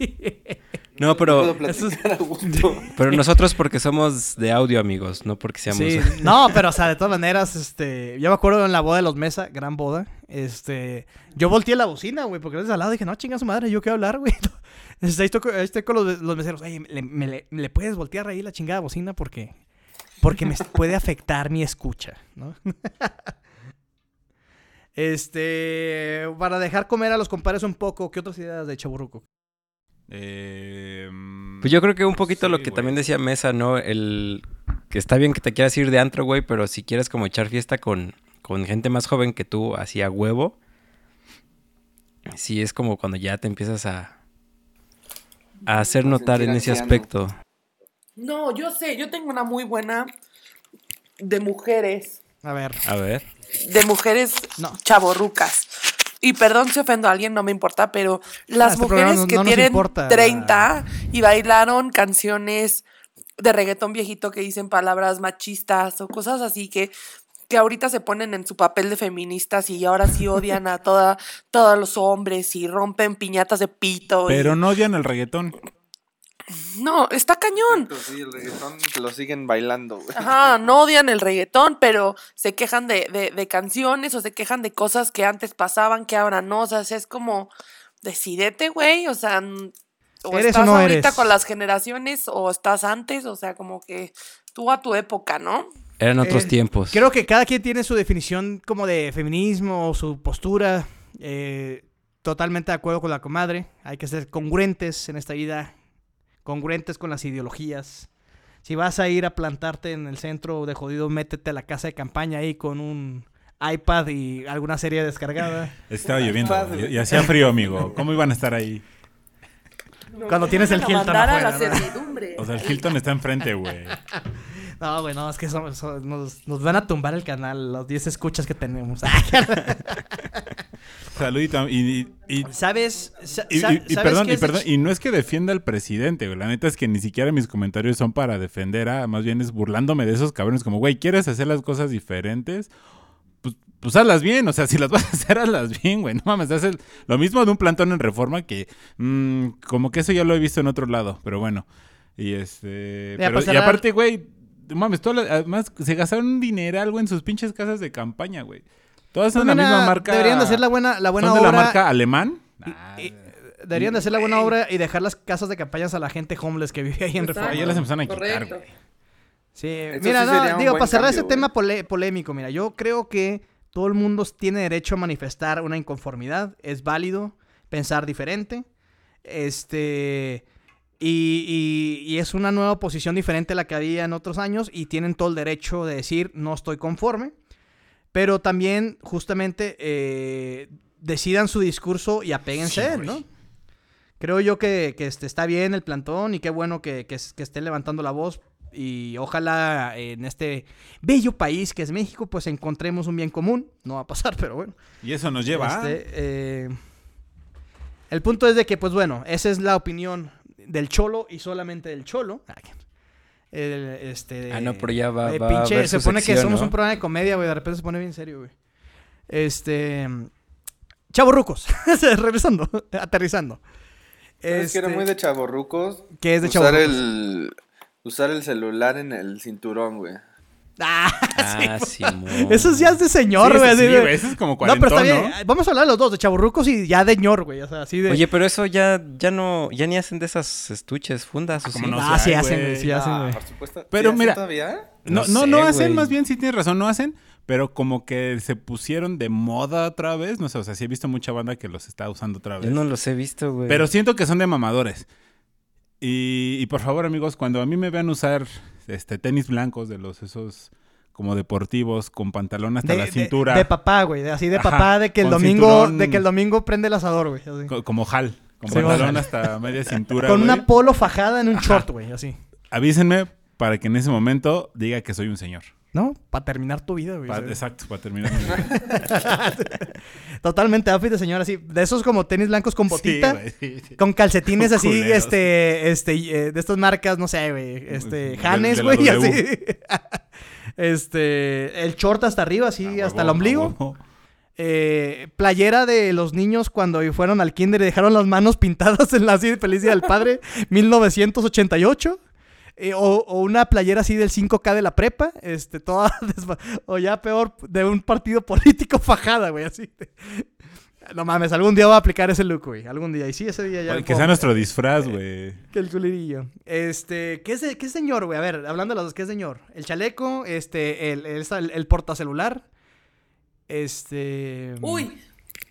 Speaker 4: No,
Speaker 5: puedo
Speaker 4: pero,
Speaker 5: platicar a gusto.
Speaker 4: pero nosotros porque somos de audio, amigos, no porque seamos.
Speaker 1: Sí, no, pero, o sea, de todas maneras, este. Yo me acuerdo en la boda de los Mesa, gran boda. Este. Yo volteé la bocina, güey, porque desde al lado dije, no, chinga su madre, yo quiero hablar, güey. Este, ahí estoy, co- ahí estoy con los, los meseros. Oye, ¿le, me le- le puedes voltear ahí la chingada bocina? Porque. Porque me puede afectar mi escucha, ¿no? Este. Para dejar comer a los compadres un poco, ¿qué otras ideas de Chaburruco?
Speaker 3: Eh,
Speaker 4: Pues yo creo que un poquito lo
Speaker 3: Sí,
Speaker 4: que
Speaker 3: güey.
Speaker 4: también decía Mesa, ¿no? El que está bien que te quieras ir de antro, güey, pero si quieres como echar fiesta con, con gente más joven que tú, así a huevo, sí es como cuando ya te empiezas a, a hacer
Speaker 5: A
Speaker 4: notar
Speaker 5: sentir
Speaker 4: en ese
Speaker 5: anciano.
Speaker 4: aspecto.
Speaker 2: No, yo sé, yo tengo una muy buena de mujeres.
Speaker 1: A ver.
Speaker 4: A ver.
Speaker 2: De mujeres
Speaker 1: No.
Speaker 2: chaborrucas. Y perdón si ofendo a alguien, no me importa, pero las
Speaker 1: este programa
Speaker 2: mujeres
Speaker 1: no-
Speaker 2: que
Speaker 1: no nos
Speaker 2: tienen
Speaker 1: importa.
Speaker 2: 30 y bailaron canciones de reggaetón viejito que dicen palabras machistas o cosas así que, que ahorita se ponen en su papel de feministas y ahora sí odian a toda, todos los hombres y rompen piñatas de pito. y-
Speaker 3: Pero no odian el reggaetón.
Speaker 2: No, está cañón.
Speaker 5: Sí, el reggaetón lo siguen bailando, güey.
Speaker 2: Ajá, no odian el reggaetón, pero se quejan de, de, de canciones o se quejan de cosas que antes pasaban, que ahora no. O sea, es como, decidete, güey. O sea, n- o
Speaker 1: ¿Eres
Speaker 2: estás
Speaker 1: o no
Speaker 2: ahorita
Speaker 1: eres?
Speaker 2: con las generaciones o estás antes. O sea, como que tú a tu época, ¿no?
Speaker 4: Eran otros
Speaker 1: Eh,
Speaker 4: tiempos.
Speaker 1: Creo que cada quien tiene su definición como de feminismo o su postura. Eh, totalmente de acuerdo con la comadre. Hay que ser congruentes en esta vida, congruentes con las ideologías. Si vas a ir a plantarte en el centro de jodido, métete a la casa de campaña ahí con un iPad y alguna serie descargada.
Speaker 3: Estaba lloviendo
Speaker 5: Padre.
Speaker 3: güey, y, y hacía frío, amigo. ¿Cómo iban a estar ahí?
Speaker 1: Cuando tienes el
Speaker 2: Van a
Speaker 1: Hilton
Speaker 2: mandar a
Speaker 1: afuera,
Speaker 2: la
Speaker 1: ¿no?
Speaker 2: servidumbre.
Speaker 3: O sea, el Hilton está enfrente, güey.
Speaker 1: No, güey, no, es que son- son- nos, nos van a tumbar el canal, los 10 escuchas que tenemos.
Speaker 3: Saludito. a- Y, y, y-
Speaker 1: ¿Sabes? sa-
Speaker 3: y-
Speaker 1: sa-
Speaker 3: y- y
Speaker 1: ¿sabes
Speaker 3: perdón,
Speaker 1: qué
Speaker 3: y
Speaker 1: es de
Speaker 3: perdón, y no es que defienda al presidente, güey. La neta es que ni siquiera mis comentarios son para defender a, más bien es burlándome de esos cabrones. Como, güey, ¿quieres hacer las cosas diferentes? Pues, pues hazlas bien, o sea, si las vas a hacer, hazlas bien, güey. No mames, haces lo mismo de un plantón en reforma que, mm, como que eso ya lo he visto en otro lado, pero bueno. Y este.
Speaker 1: Ya,
Speaker 3: pero-
Speaker 1: para
Speaker 3: y
Speaker 1: cerrar.
Speaker 3: aparte, güey, no mames, todas las- además se gastaron un dineral, güey, en sus pinches casas de campaña, güey. Todas son de
Speaker 1: Pues
Speaker 3: la
Speaker 1: mira,
Speaker 3: misma marca.
Speaker 1: Deberían de hacer la buena, la buena
Speaker 3: ¿Son de
Speaker 1: obra.
Speaker 3: la marca alemán?
Speaker 1: y- deberían de hacer la buena obra y dejar las casas de campañas a la gente homeless que vive ahí en
Speaker 2: Exacto.
Speaker 1: Reforma.
Speaker 3: Ah, ya las empezaron a quitar,
Speaker 2: Correcto.
Speaker 3: güey.
Speaker 1: Sí,
Speaker 5: Eso
Speaker 1: mira,
Speaker 5: sí
Speaker 1: no,
Speaker 5: sería un
Speaker 1: digo,
Speaker 5: buen
Speaker 1: para cerrar
Speaker 5: cambio,
Speaker 1: ese
Speaker 5: güey.
Speaker 1: tema pole- polémico, mira, yo creo que todo el mundo tiene derecho a manifestar una inconformidad, es válido pensar diferente, este, y, y- y es una nueva posición diferente a la que había en otros años y tienen todo el derecho de decir no estoy conforme, pero también justamente eh, decidan su discurso y apéguense a él, ¿no? Creo yo que, que, este, está bien el plantón y qué bueno que, que es- que esté levantando la voz. Y ojalá eh, en este bello país que es México, pues encontremos un bien común. No va a pasar, pero bueno.
Speaker 3: Y eso nos lleva a-
Speaker 1: Este, eh, el punto es de que, pues bueno, esa es la opinión del Cholo y solamente del Cholo. Ah, que- el, este,
Speaker 4: Ah, no, pero ya va-
Speaker 1: eh,
Speaker 4: va a
Speaker 1: pinche,
Speaker 4: haber
Speaker 1: se
Speaker 4: su
Speaker 1: supone que
Speaker 4: sección,
Speaker 1: somos
Speaker 4: ¿no?
Speaker 1: un programa de comedia, güey. De repente se pone bien serio, güey. Este. Chavos rucos. regresando, aterrizando.
Speaker 5: Es que era
Speaker 1: Este,
Speaker 5: muy de chavorrucos.
Speaker 1: ¿Qué es de
Speaker 5: usar
Speaker 1: chavorrucos?
Speaker 5: el Usar el celular en el cinturón, güey.
Speaker 1: Ah,
Speaker 4: Ah, Simón.
Speaker 1: eso ya es de señor,
Speaker 3: Sí,
Speaker 1: güey.
Speaker 3: ese
Speaker 1: así
Speaker 3: sí,
Speaker 1: de-
Speaker 3: güey, ese es como
Speaker 1: No, pero está
Speaker 3: cuarentón,
Speaker 1: bien. Vamos a hablar de los dos, de chaburrucos y ya de ñor, güey. O sea, así de.
Speaker 4: Oye, pero eso ya, ya no, ya ni hacen de esas estuches, fundas o
Speaker 3: ¿Cómo
Speaker 4: sí?
Speaker 3: no?
Speaker 1: ah, sí
Speaker 3: sé, ay,
Speaker 1: hacen,
Speaker 3: güey.
Speaker 1: güey. Sí hacen,
Speaker 5: Ah,
Speaker 1: güey.
Speaker 5: por supuesto.
Speaker 3: Pero
Speaker 5: ¿Sí, así
Speaker 3: mira-
Speaker 5: todavía?
Speaker 3: No,
Speaker 4: No
Speaker 3: no,
Speaker 4: sé,
Speaker 3: no hacen,
Speaker 4: güey.
Speaker 3: más bien sí tienes razón, no hacen, pero como que se pusieron de moda otra vez. No sé, o sea, sí he visto mucha banda que los está usando otra vez.
Speaker 4: Yo no los he visto, güey.
Speaker 3: Pero siento que son de mamadores. Y, y por favor, amigos, cuando a mí me vean usar este tenis blancos de los esos como deportivos con pantalón hasta
Speaker 1: De,
Speaker 3: la
Speaker 1: de-
Speaker 3: cintura,
Speaker 1: de papá, güey. de- Así de
Speaker 3: Ajá,
Speaker 1: papá, de que el
Speaker 3: con
Speaker 1: domingo,
Speaker 3: cinturón.
Speaker 1: de que el domingo prende el asador, güey. así.
Speaker 3: co- como Hal, con
Speaker 1: Sí,
Speaker 3: pantalón
Speaker 1: bueno.
Speaker 3: hasta media cintura.
Speaker 1: Con
Speaker 3: güey.
Speaker 1: una polo fajada en un short, güey, así.
Speaker 3: Avísenme para que en ese momento diga que soy un señor.
Speaker 1: ¿No? Para terminar tu vida, güey.
Speaker 3: Pa-
Speaker 1: o sea.
Speaker 3: exacto, para terminar. mi vida.
Speaker 1: Totalmente outfit de señor así. De esos como tenis blancos con botita.
Speaker 3: Sí, güey, sí, sí.
Speaker 1: Con calcetines
Speaker 3: Con
Speaker 1: así,
Speaker 3: culeros.
Speaker 1: este, este, y, eh, de estas marcas, no sé, güey, este,
Speaker 3: De-
Speaker 1: Hanes,
Speaker 3: de la
Speaker 1: güey,
Speaker 3: W.
Speaker 1: así. este, el short hasta arriba, así,
Speaker 3: A
Speaker 1: hasta
Speaker 3: Ah, huevo,
Speaker 1: el
Speaker 3: a
Speaker 1: ombligo.
Speaker 3: huevo.
Speaker 1: Eh, playera de los niños cuando fueron al kinder y dejaron las manos pintadas en la así, Feliz Día del Padre, 1988. Eh, o, o una playera así del 5K de la prepa, este, toda, desfa- o ya peor, de un partido político fajada, güey, así. No mames, algún día va a aplicar ese look, güey, algún día. Y sí, ese día ya... lo
Speaker 3: Oye, que
Speaker 1: puedo
Speaker 3: sea
Speaker 1: meter.
Speaker 3: nuestro disfraz, güey.
Speaker 1: Que el culirillo. Este, ¿qué es, de- qué es señor, güey? A ver, hablando de las dos, ¿qué es señor? El chaleco, este, el, el, el, portacelular. Este.
Speaker 2: Uy,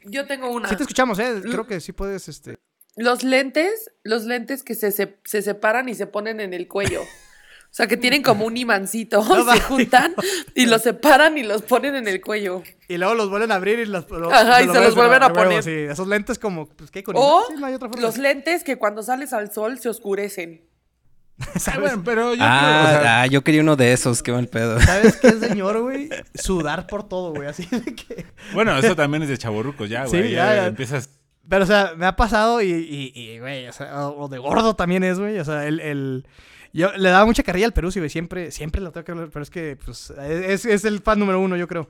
Speaker 2: yo tengo una.
Speaker 1: Sí te escuchamos, eh. Creo que sí puedes, este.
Speaker 2: Los lentes, los lentes que se, se, se separan y se ponen en el cuello. O sea, que tienen como un imancito. se
Speaker 1: mames.
Speaker 2: juntan y los separan y los ponen en el cuello.
Speaker 1: Y luego los vuelven a abrir y los. los-
Speaker 2: Ajá, y se los vuelven a
Speaker 1: huevo,
Speaker 2: poner.
Speaker 1: Sí, esos lentes como, pues, ¿qué con
Speaker 2: O
Speaker 1: Sí, no hay otra forma.
Speaker 2: los lentes que cuando sales al sol se oscurecen.
Speaker 3: Ah,
Speaker 1: ¿Sabes,
Speaker 3: bueno, pero yo
Speaker 4: ah,
Speaker 3: creo, o sea,
Speaker 4: ah, yo quería uno de esos, qué mal pedo.
Speaker 1: ¿Sabes qué es señor, güey? Sudar por todo, güey. Así de que.
Speaker 3: bueno, eso también es de chaborrucos ya,
Speaker 1: Sí,
Speaker 3: güey. ya,
Speaker 1: ya, ya.
Speaker 3: empiezas.
Speaker 1: Pero, o sea, me ha pasado y, y, y, güey, o, sea, o- o de gordo también es, güey. O sea, el, el- Yo le daba mucha carrilla al Perú, sí, güey. Siempre, siempre lo tengo que hablar, pero es que, pues, es, es el fan número uno, yo creo.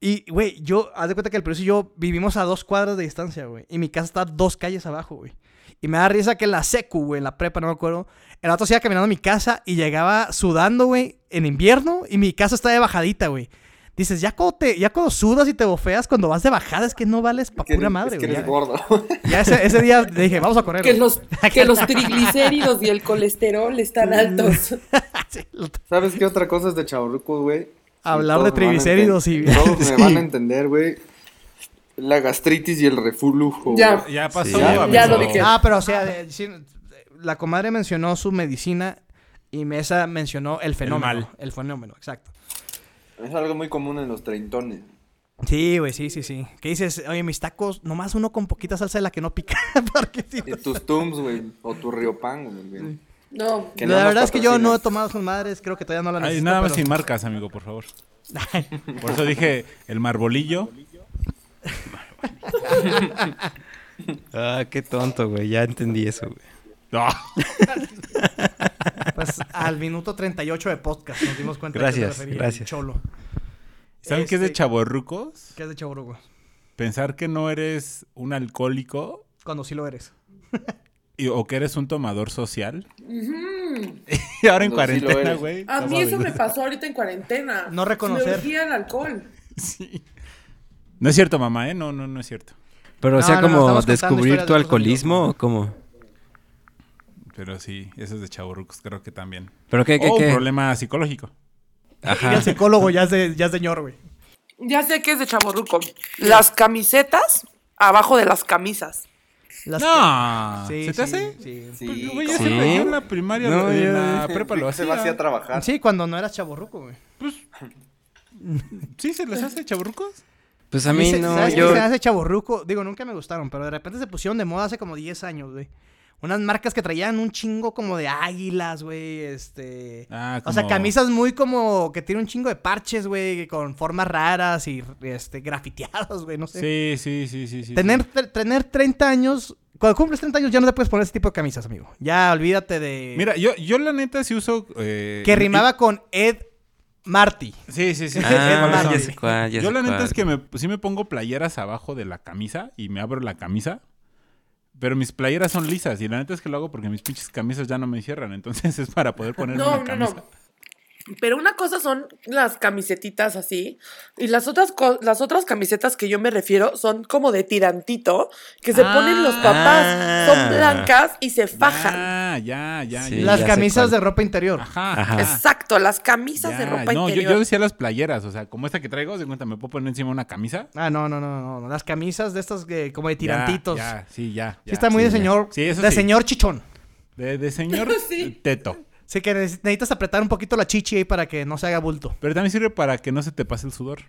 Speaker 1: Y, güey, yo, haz de cuenta que el Perú y yo vivimos a dos cuadras de distancia, güey. Y mi casa está dos calles abajo, güey. Y me da risa que en la secu, güey, en la prepa, no me acuerdo. El otro se iba caminando a mi casa y llegaba sudando, güey, en invierno. Y mi casa está de bajadita, güey. Dices, ya cuando, te, ya cuando sudas y te bofeas, cuando vas de bajada, es que no vales pa'
Speaker 5: Que
Speaker 1: pura
Speaker 5: eres-
Speaker 1: madre,
Speaker 5: es
Speaker 1: güey.
Speaker 5: que
Speaker 1: ya.
Speaker 5: eres gordo.
Speaker 1: Ya ese, ese día le dije, vamos a correr.
Speaker 2: Que
Speaker 1: güey.
Speaker 2: los, que los triglicéridos y el colesterol están altos.
Speaker 1: Sí, lo-
Speaker 5: ¿Sabes qué otra cosa es de chavorrucos, güey?
Speaker 1: Hablar de
Speaker 5: Todos me van a
Speaker 1: triglicéridos y-
Speaker 5: enten- Todos
Speaker 1: sí.
Speaker 5: me van a entender, güey. La gastritis y el reflujo.
Speaker 2: Ya.
Speaker 5: güey.
Speaker 3: Ya pasó,
Speaker 5: ya,
Speaker 3: amigo.
Speaker 2: ya lo dije.
Speaker 1: Ah, pero o sea, de- sí, la comadre mencionó su medicina y Mesa mencionó el fenómeno. El,
Speaker 3: mal.
Speaker 1: fenómeno, exacto.
Speaker 5: Es algo muy común en los treintones.
Speaker 1: Sí, güey, sí, sí, sí. Que dices, oye, mis tacos, nomás uno con poquita salsa de la que no pica. Porque sí.
Speaker 5: Y tus tums, güey. O tu riopan, güey.
Speaker 2: No,
Speaker 5: Que no
Speaker 1: la
Speaker 5: nos
Speaker 1: verdad es que yo no he
Speaker 5: patrocinan.
Speaker 1: tomado sus madres, creo que todavía no la
Speaker 3: Ay,
Speaker 1: necesito.
Speaker 3: nada más
Speaker 1: pero-
Speaker 3: sin marcas, amigo, por favor. Por eso dije el marbolillo.
Speaker 4: ah, qué tonto, güey. Ya entendí eso, güey. No.
Speaker 1: pues al minuto 38 de podcast nos dimos cuenta
Speaker 4: gracias, de que gracias.
Speaker 1: cholo. Este,
Speaker 3: ¿Saben qué es de chaborrucos?
Speaker 1: ¿Qué es de chaborrucos?
Speaker 3: Pensar que no eres un alcohólico.
Speaker 1: Cuando sí lo eres.
Speaker 3: y, o que eres un tomador social. Uh -huh. y ahora en Cuando cuarentena, güey. Sí
Speaker 2: a mí eso me pasó ahorita en cuarentena.
Speaker 1: No reconocer.
Speaker 2: Me el alcohol.
Speaker 3: sí. No es cierto, mamá, ¿eh? No, no, no es cierto.
Speaker 4: Pero,
Speaker 3: no,
Speaker 4: o sea, no, como descubrir tu alcoholismo o cómo.
Speaker 3: Pero sí, eso es de chaburrucos, creo que también.
Speaker 4: ¿Pero qué, qué,
Speaker 3: o
Speaker 4: qué?
Speaker 3: un Oh, problema psicológico. Ah.
Speaker 1: Ajá. Y el psicólogo ya es, de, ya es señor, güey.
Speaker 2: Ya sé que es de chaburruco. Las camisetas abajo de las camisas. Las
Speaker 3: no, sí, Ah, ¿se te sí, hace? Sí, sí. Pues, güey, ¿Sí? en la primaria, no, de la prepa lo
Speaker 5: hacía. Se va a trabajar.
Speaker 1: Sí, cuando no eras chaburruco, güey.
Speaker 3: Pues, ¿sí se les hace chaburrucos?
Speaker 4: Pues a mí,
Speaker 1: se,
Speaker 4: no,
Speaker 1: ¿sabes
Speaker 4: yo...
Speaker 1: Que se hace chaborruco? Digo, nunca me gustaron, pero de repente se pusieron de moda hace como 10 años, güey. Unas marcas que traían un chingo como de águilas, güey, este...
Speaker 3: Ah,
Speaker 1: como... O sea, camisas muy como que tiene un chingo de parches, güey, con formas raras y, este, grafiteados, güey, no sé.
Speaker 3: Sí, sí, sí, sí, sí.
Speaker 1: Tener,
Speaker 3: sí.
Speaker 1: tener 30 años... Cuando cumples 30 años ya no te puedes poner ese tipo de camisas, amigo. Ya, olvídate de...
Speaker 3: Mira, yo, yo la neta sí uso... Eh...
Speaker 1: que rimaba con Ed Marty.
Speaker 3: Sí, sí, eh, sí.
Speaker 4: Ah, ya sé cuál, ya
Speaker 3: Yo
Speaker 4: sé
Speaker 3: la neta
Speaker 4: cuál.
Speaker 3: es que me, sí me pongo playeras abajo de la camisa y me abro la camisa. Pero mis playeras son lisas y la neta es que lo hago porque mis pinches camisas ya no me cierran. Entonces es para poder ponerme
Speaker 2: no,
Speaker 3: una camisa. No, no.
Speaker 2: Pero una cosa son las camisetitas así y las otras las otras camisetas que yo me refiero son como de tirantito que se ah, ponen los papás, ah, son blancas y se fajan.
Speaker 3: Ah, ya, ya,
Speaker 1: sí, Las
Speaker 3: ya
Speaker 1: camisas de ropa interior.
Speaker 3: Ajá, ajá.
Speaker 2: Exacto, las camisas
Speaker 3: ya,
Speaker 2: de ropa
Speaker 3: no,
Speaker 2: interior.
Speaker 3: Yo, yo decía las playeras, o sea, como esta que traigo, de cuenta me puedo poner encima una camisa.
Speaker 1: Ah, no, no, no, no, las camisas de estas que, como de tirantitos.
Speaker 3: Ya, ya sí, ya,
Speaker 1: sí está muy
Speaker 3: sí,
Speaker 1: de señor,
Speaker 3: sí, eso
Speaker 1: de señor chichón.
Speaker 3: De, de señor teto.
Speaker 1: Sí, que necesitas apretar un poquito la chichi ahí para que no se haga bulto.
Speaker 3: Pero también sirve para que no se te pase el sudor.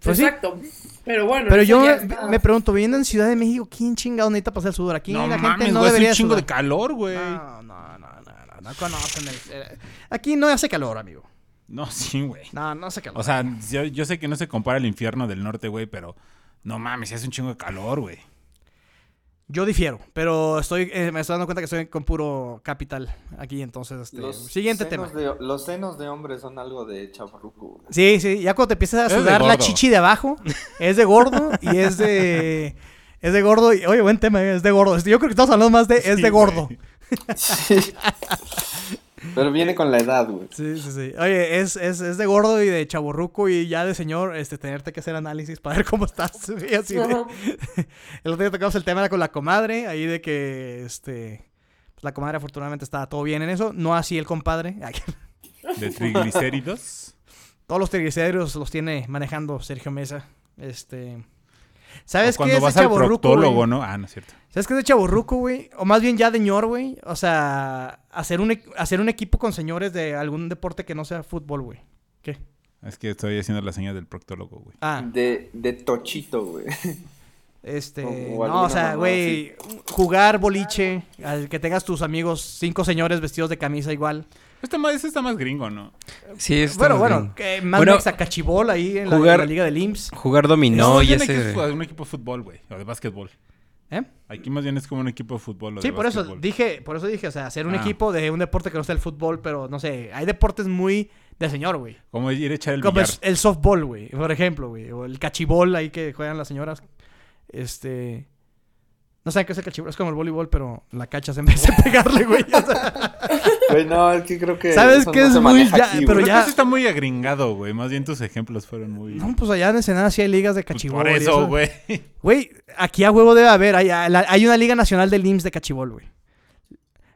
Speaker 2: Pues Exacto. Sí. Pero bueno.
Speaker 1: Pero yo
Speaker 2: Ah,
Speaker 1: me pregunto, viviendo en Ciudad de México, ¿quién chingado necesita pasar el sudor? Aquí
Speaker 3: no
Speaker 1: la
Speaker 3: mames,
Speaker 1: gente no
Speaker 3: güey, es
Speaker 1: debería
Speaker 3: un chingo
Speaker 1: sudar.
Speaker 3: de calor, güey.
Speaker 1: No, no, no, no, no, no conocen el- eh, Aquí no hace calor, amigo.
Speaker 3: No, sí, güey.
Speaker 1: No, no hace calor.
Speaker 3: O sea, yo, yo sé que no se compara el infierno del norte, güey, pero no mames, hace un chingo de calor, güey.
Speaker 1: yo difiero, pero estoy, eh, me estoy dando cuenta que estoy con puro capital aquí, entonces, este, siguiente tema.
Speaker 5: senos de- los senos de hombre son algo de chavarruco.
Speaker 1: Sí, sí, ya cuando te empiezas
Speaker 3: Es
Speaker 1: a
Speaker 3: de
Speaker 1: sudar la
Speaker 3: gordo.
Speaker 1: chichi de abajo, es de gordo y es de... Es de gordo y... Oye, buen tema, eh, es de gordo. Yo creo que estamos hablando más de... Es
Speaker 3: Sí,
Speaker 1: de gordo.
Speaker 3: güey.
Speaker 5: Sí. Pero viene con la edad, güey.
Speaker 1: Sí, sí, sí. Oye, es, es, es de gordo y de chaborruco y ya de señor, este, tenerte que hacer análisis para ver cómo estás. güey, así de-
Speaker 2: Ajá.
Speaker 1: El otro día tocamos el tema con la comadre, ahí de que, este... pues, la comadre afortunadamente estaba todo bien en eso. No así el compadre. Ay,
Speaker 3: De triglicéridos.
Speaker 1: Todos los triglicéridos los tiene manejando Sergio Mesa. Este...
Speaker 3: O
Speaker 1: ¿Sabes qué
Speaker 3: cuando
Speaker 1: es de
Speaker 3: vas al
Speaker 1: chavorruco, güey?
Speaker 3: proctólogo, ¿no? Ah, no es cierto.
Speaker 1: ¿Sabes qué es de chaburruco, güey? O más bien ya de ñor, güey. O sea, hacer un, e- hacer un equipo con señores de algún deporte que no sea fútbol, güey. ¿Qué?
Speaker 3: Es que estoy haciendo la señal del proctólogo, güey.
Speaker 1: Ah,
Speaker 5: De, de tochito, güey.
Speaker 1: este.
Speaker 5: o- o
Speaker 1: no, o
Speaker 5: alguna
Speaker 1: sea,
Speaker 5: mamada
Speaker 1: güey. Jugar boliche, al que tengas tus amigos, cinco señores vestidos de camisa igual.
Speaker 3: Este más, este está más gringo, ¿no?
Speaker 4: Sí, está
Speaker 1: bueno,
Speaker 4: muy
Speaker 1: bueno,
Speaker 4: bien.
Speaker 1: que más
Speaker 4: Bueno,
Speaker 1: mexacachibol ahí en la,
Speaker 4: jugar-
Speaker 1: en la liga del IMSS.
Speaker 4: Jugar dominó
Speaker 3: más
Speaker 4: y
Speaker 3: bien
Speaker 4: ese...
Speaker 3: aquí es fu- un equipo de fútbol, güey. O de básquetbol.
Speaker 1: ¿Eh?
Speaker 3: Aquí más bien es como un equipo de fútbol. O
Speaker 1: Sí,
Speaker 3: de
Speaker 1: por eso
Speaker 3: básquetbol.
Speaker 1: dije, por eso dije, o sea, hacer un
Speaker 3: Ah.
Speaker 1: equipo de un deporte que no sea el fútbol, pero no sé, hay deportes muy de señor, güey.
Speaker 3: Como ir a echar el
Speaker 1: Como
Speaker 3: billar.
Speaker 1: es- el softball, güey, por ejemplo, güey. O el cachibol ahí que juegan las señoras. Este. No saben qué es el cachibol, es como el voleibol, pero la cachas en vez de pegarle, güey. O sea,
Speaker 5: Güey, no, es que creo que.
Speaker 1: ¿Sabes
Speaker 5: eso
Speaker 1: qué
Speaker 5: no
Speaker 1: es
Speaker 5: se
Speaker 1: muy
Speaker 5: maneja
Speaker 1: ya-
Speaker 5: aquí,
Speaker 1: pero
Speaker 5: güey.
Speaker 3: Pero
Speaker 1: ya-
Speaker 3: está muy agringado, güey. Más bien tus ejemplos fueron muy...
Speaker 1: no, pues allá en Ensenada sí hay ligas de
Speaker 3: Pues
Speaker 1: cachibol.
Speaker 3: por
Speaker 1: y
Speaker 3: eso, güey.
Speaker 1: Güey, aquí a huevo debe haber. Hay, hay una liga nacional del IMSS de cachibol, güey.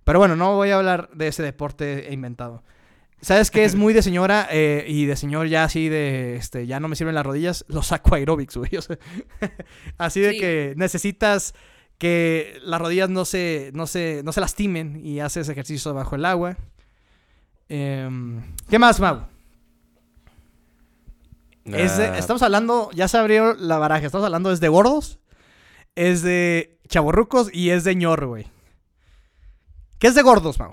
Speaker 1: Pero bueno, no voy a hablar de ese deporte inventado. ¿Sabes qué es muy de señora eh, y de señor ya así de, este, ya no me sirven las rodillas? Los aquaerobics, güey. o sea, así de
Speaker 2: Sí.
Speaker 1: que necesitas que las rodillas no se, no se, no se lastimen y haces ejercicio bajo el agua. Em, ¿Qué más, Mau? Es de-
Speaker 4: Ah,
Speaker 1: estamos hablando, ya se abrió la baraja, estamos hablando es de gordos, es de chaborrucos y es de ñor, güey. ¿Qué es de gordos, Mau?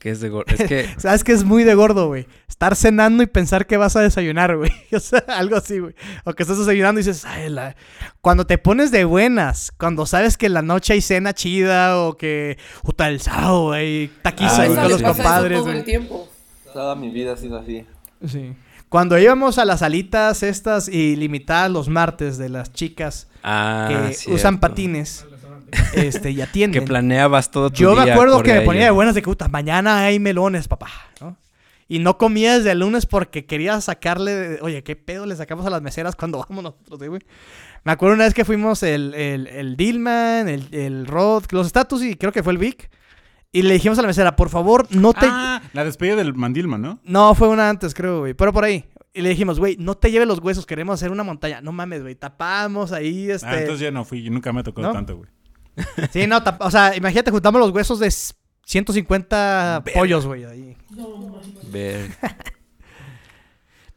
Speaker 4: Que es de gordo. Es que...
Speaker 1: ¿Sabes que es muy de gordo, güey? Estar cenando y pensar que vas a desayunar, güey. O sea, algo así, güey. O que estás desayunando y dices, ay, la... cuando te pones de buenas, cuando sabes que en la noche hay cena chida o que puta el sábado hay
Speaker 2: Ah,
Speaker 1: taquiza ahí con los compadres,
Speaker 2: güey. tiempo.
Speaker 5: Toda mi vida ha sido así.
Speaker 1: Sí. Cuando íbamos a las alitas estas ilimitadas los martes de las chicas
Speaker 4: ah,
Speaker 1: que
Speaker 4: cierto.
Speaker 1: usan patines este, y atienden.
Speaker 4: que planeabas todo tu
Speaker 1: Yo
Speaker 4: día
Speaker 1: me acuerdo que
Speaker 4: acorde a
Speaker 1: me ponía de
Speaker 4: ello.
Speaker 1: buenas de que, puta, mañana hay melones, papá, ¿no? Y no comía desde el lunes porque quería sacarle, de- oye, ¿qué pedo le sacamos a las meseras cuando vamos nosotros, eh, güey? Me acuerdo una vez que fuimos el, el, el Dillman, el, el Rod, los Status y creo que fue el Vic. Y le dijimos a la mesera, por favor, no te...
Speaker 3: Ah, la despedida del Mandilma, ¿no? Ah,
Speaker 1: No, fue una antes, creo, güey. Pero por ahí. Y le dijimos, güey, no te lleves los huesos, queremos hacer una montaña. No mames, güey, tapamos ahí, este...
Speaker 3: Ah, entonces ya no fui, yo nunca me tocó
Speaker 1: ¿No?
Speaker 3: tanto, güey.
Speaker 1: Sí, no, tap- o sea, imagínate, juntamos los huesos de s- 150 pollos, güey. ahí.
Speaker 4: Ver.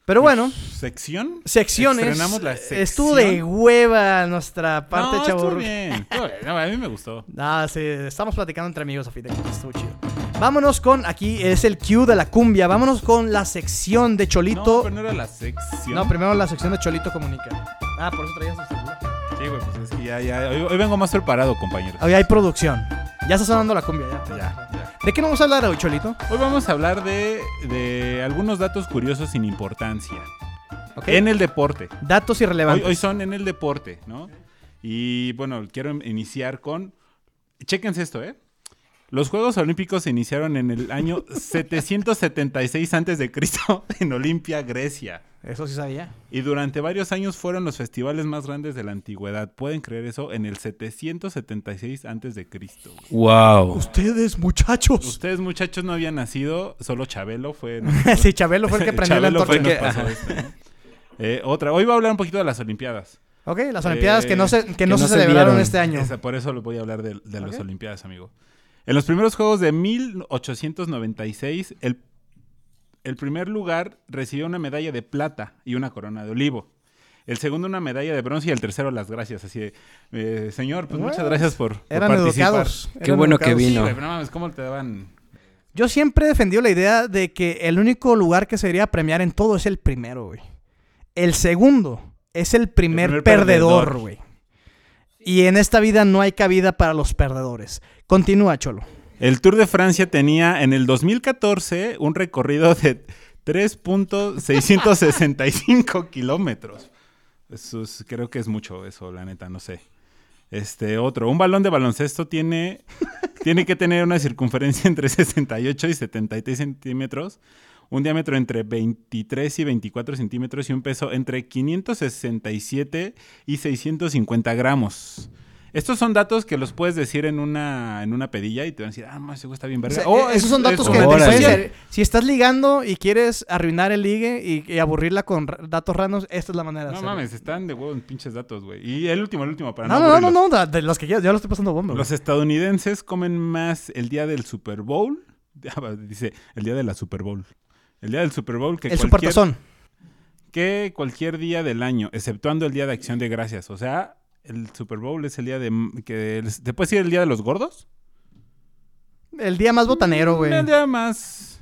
Speaker 1: Pero bueno,
Speaker 3: ¿Sección?
Speaker 1: secciones.
Speaker 3: Estrenamos la sección.
Speaker 1: Estuvo de hueva nuestra parte,
Speaker 3: no,
Speaker 1: chavo.
Speaker 3: estuvo bien. Estuvo bien. No, a mí me gustó.
Speaker 1: Ah, sí, estamos platicando entre amigos a fin de cuentas, estuvo chido. Vámonos con, aquí es el cue de la cumbia, vámonos con la sección de
Speaker 3: No,
Speaker 1: Cholito.
Speaker 3: pero no era la sección.
Speaker 1: No, primero la sección de Cholito Comunica. Ah, por eso traías el celular.
Speaker 3: Sí, güey, pues es que ya, ya. Hoy, hoy vengo más preparado, compañeros.
Speaker 1: Hoy hay producción. Ya está sonando la cumbia, ya.
Speaker 3: Ya, ya.
Speaker 1: ¿De qué no vamos a hablar hoy, Cholito?
Speaker 3: Hoy vamos a hablar de, de algunos datos curiosos sin importancia.
Speaker 1: Ok.
Speaker 3: En el deporte.
Speaker 1: Datos
Speaker 3: Hoy,
Speaker 1: irrelevantes.
Speaker 3: hoy son en el deporte, ¿no? Y bueno, quiero in- iniciar con. Chéquense esto, ¿eh? Los Juegos Olímpicos se iniciaron en el año 776 a.C. en Olimpia, Grecia.
Speaker 1: Eso sí sabía.
Speaker 3: Y durante varios años fueron los festivales más grandes de la antigüedad. ¿Pueden creer eso? En el 776 antes de Cristo. güey.
Speaker 4: Wow.
Speaker 1: Ustedes, muchachos.
Speaker 3: Ustedes muchachos no habían nacido, solo Chabelo fue.
Speaker 1: sí, Chabelo fue el que prendió
Speaker 3: Chabelo
Speaker 1: la
Speaker 3: fue el que
Speaker 1: antorcha.
Speaker 3: pasó esto, ¿no? Eh, otra, hoy voy a hablar un poquito de las Olimpiadas.
Speaker 1: Ok,
Speaker 3: Eh,
Speaker 1: las Olimpiadas que no se, que no
Speaker 4: no
Speaker 1: se
Speaker 4: se
Speaker 1: celebraron
Speaker 4: dieron.
Speaker 1: este año.
Speaker 3: Esa- por eso lo voy a hablar de, de las Olimpiadas, amigo. En los primeros Juegos de 1896, el, el primer lugar recibió una medalla de plata y una corona de olivo. El segundo una medalla de bronce y el tercero las gracias. Así de, eh, señor, pues muchas gracias por, por
Speaker 1: Eran
Speaker 3: participar.
Speaker 1: educados.
Speaker 4: Qué
Speaker 1: eran
Speaker 4: bueno que
Speaker 1: educados.
Speaker 3: Sí,
Speaker 4: vino.
Speaker 3: güey, pero no mames, ¿cómo te daban?
Speaker 1: Yo siempre he defendido la idea de que el único lugar que se debería premiar en todo es el primero, güey. El segundo es el primer,
Speaker 3: primer
Speaker 1: perdedor,
Speaker 3: perdedor.
Speaker 1: güey. Y en esta vida no hay cabida para los perdedores. Continúa, Cholo.
Speaker 3: El Tour de Francia tenía en el 2014 un recorrido de 3.665 kilómetros. Eso es- creo que es mucho eso, la neta, no sé. Este otro, un balón de baloncesto tiene, tiene que tener una circunferencia entre 68 y 73 centímetros, un diámetro entre 23 y 24 centímetros y un peso entre 567 y 650 gramos. Estos son datos que los puedes decir en una, en una pedilla y te van a decir, ah, no, ese güey está bien
Speaker 1: O
Speaker 3: verga.
Speaker 1: sea,
Speaker 3: Oh,
Speaker 1: eh, esos son
Speaker 3: es-
Speaker 1: datos
Speaker 3: es-
Speaker 1: que te
Speaker 4: Órale.
Speaker 1: pueden
Speaker 3: Sí,
Speaker 1: ser- Si estás ligando y quieres arruinar el ligue y, y aburrirla con ra- datos ranos, esta es la manera de
Speaker 3: No
Speaker 1: hacerlo.
Speaker 3: mames, están de huevo en pinches datos, güey. Y el último, el último, para no
Speaker 1: No, no, no,
Speaker 3: aburrirlos.
Speaker 1: no, da- de los que quieras, yo lo estoy pasando bomba. güey.
Speaker 3: Los estadounidenses comen más el día del Super Bowl. ah, Dice, el día de la Super Bowl. El día del Super Bowl que
Speaker 1: El
Speaker 3: cualquier,
Speaker 1: supertazón.
Speaker 3: que cualquier día del año, exceptuando el día de Acción de Gracias. O sea, el Super Bowl es el día de... Que, ¿Te puedes decir el día de los gordos?
Speaker 1: El día más botanero, güey.
Speaker 3: Mm, El día más...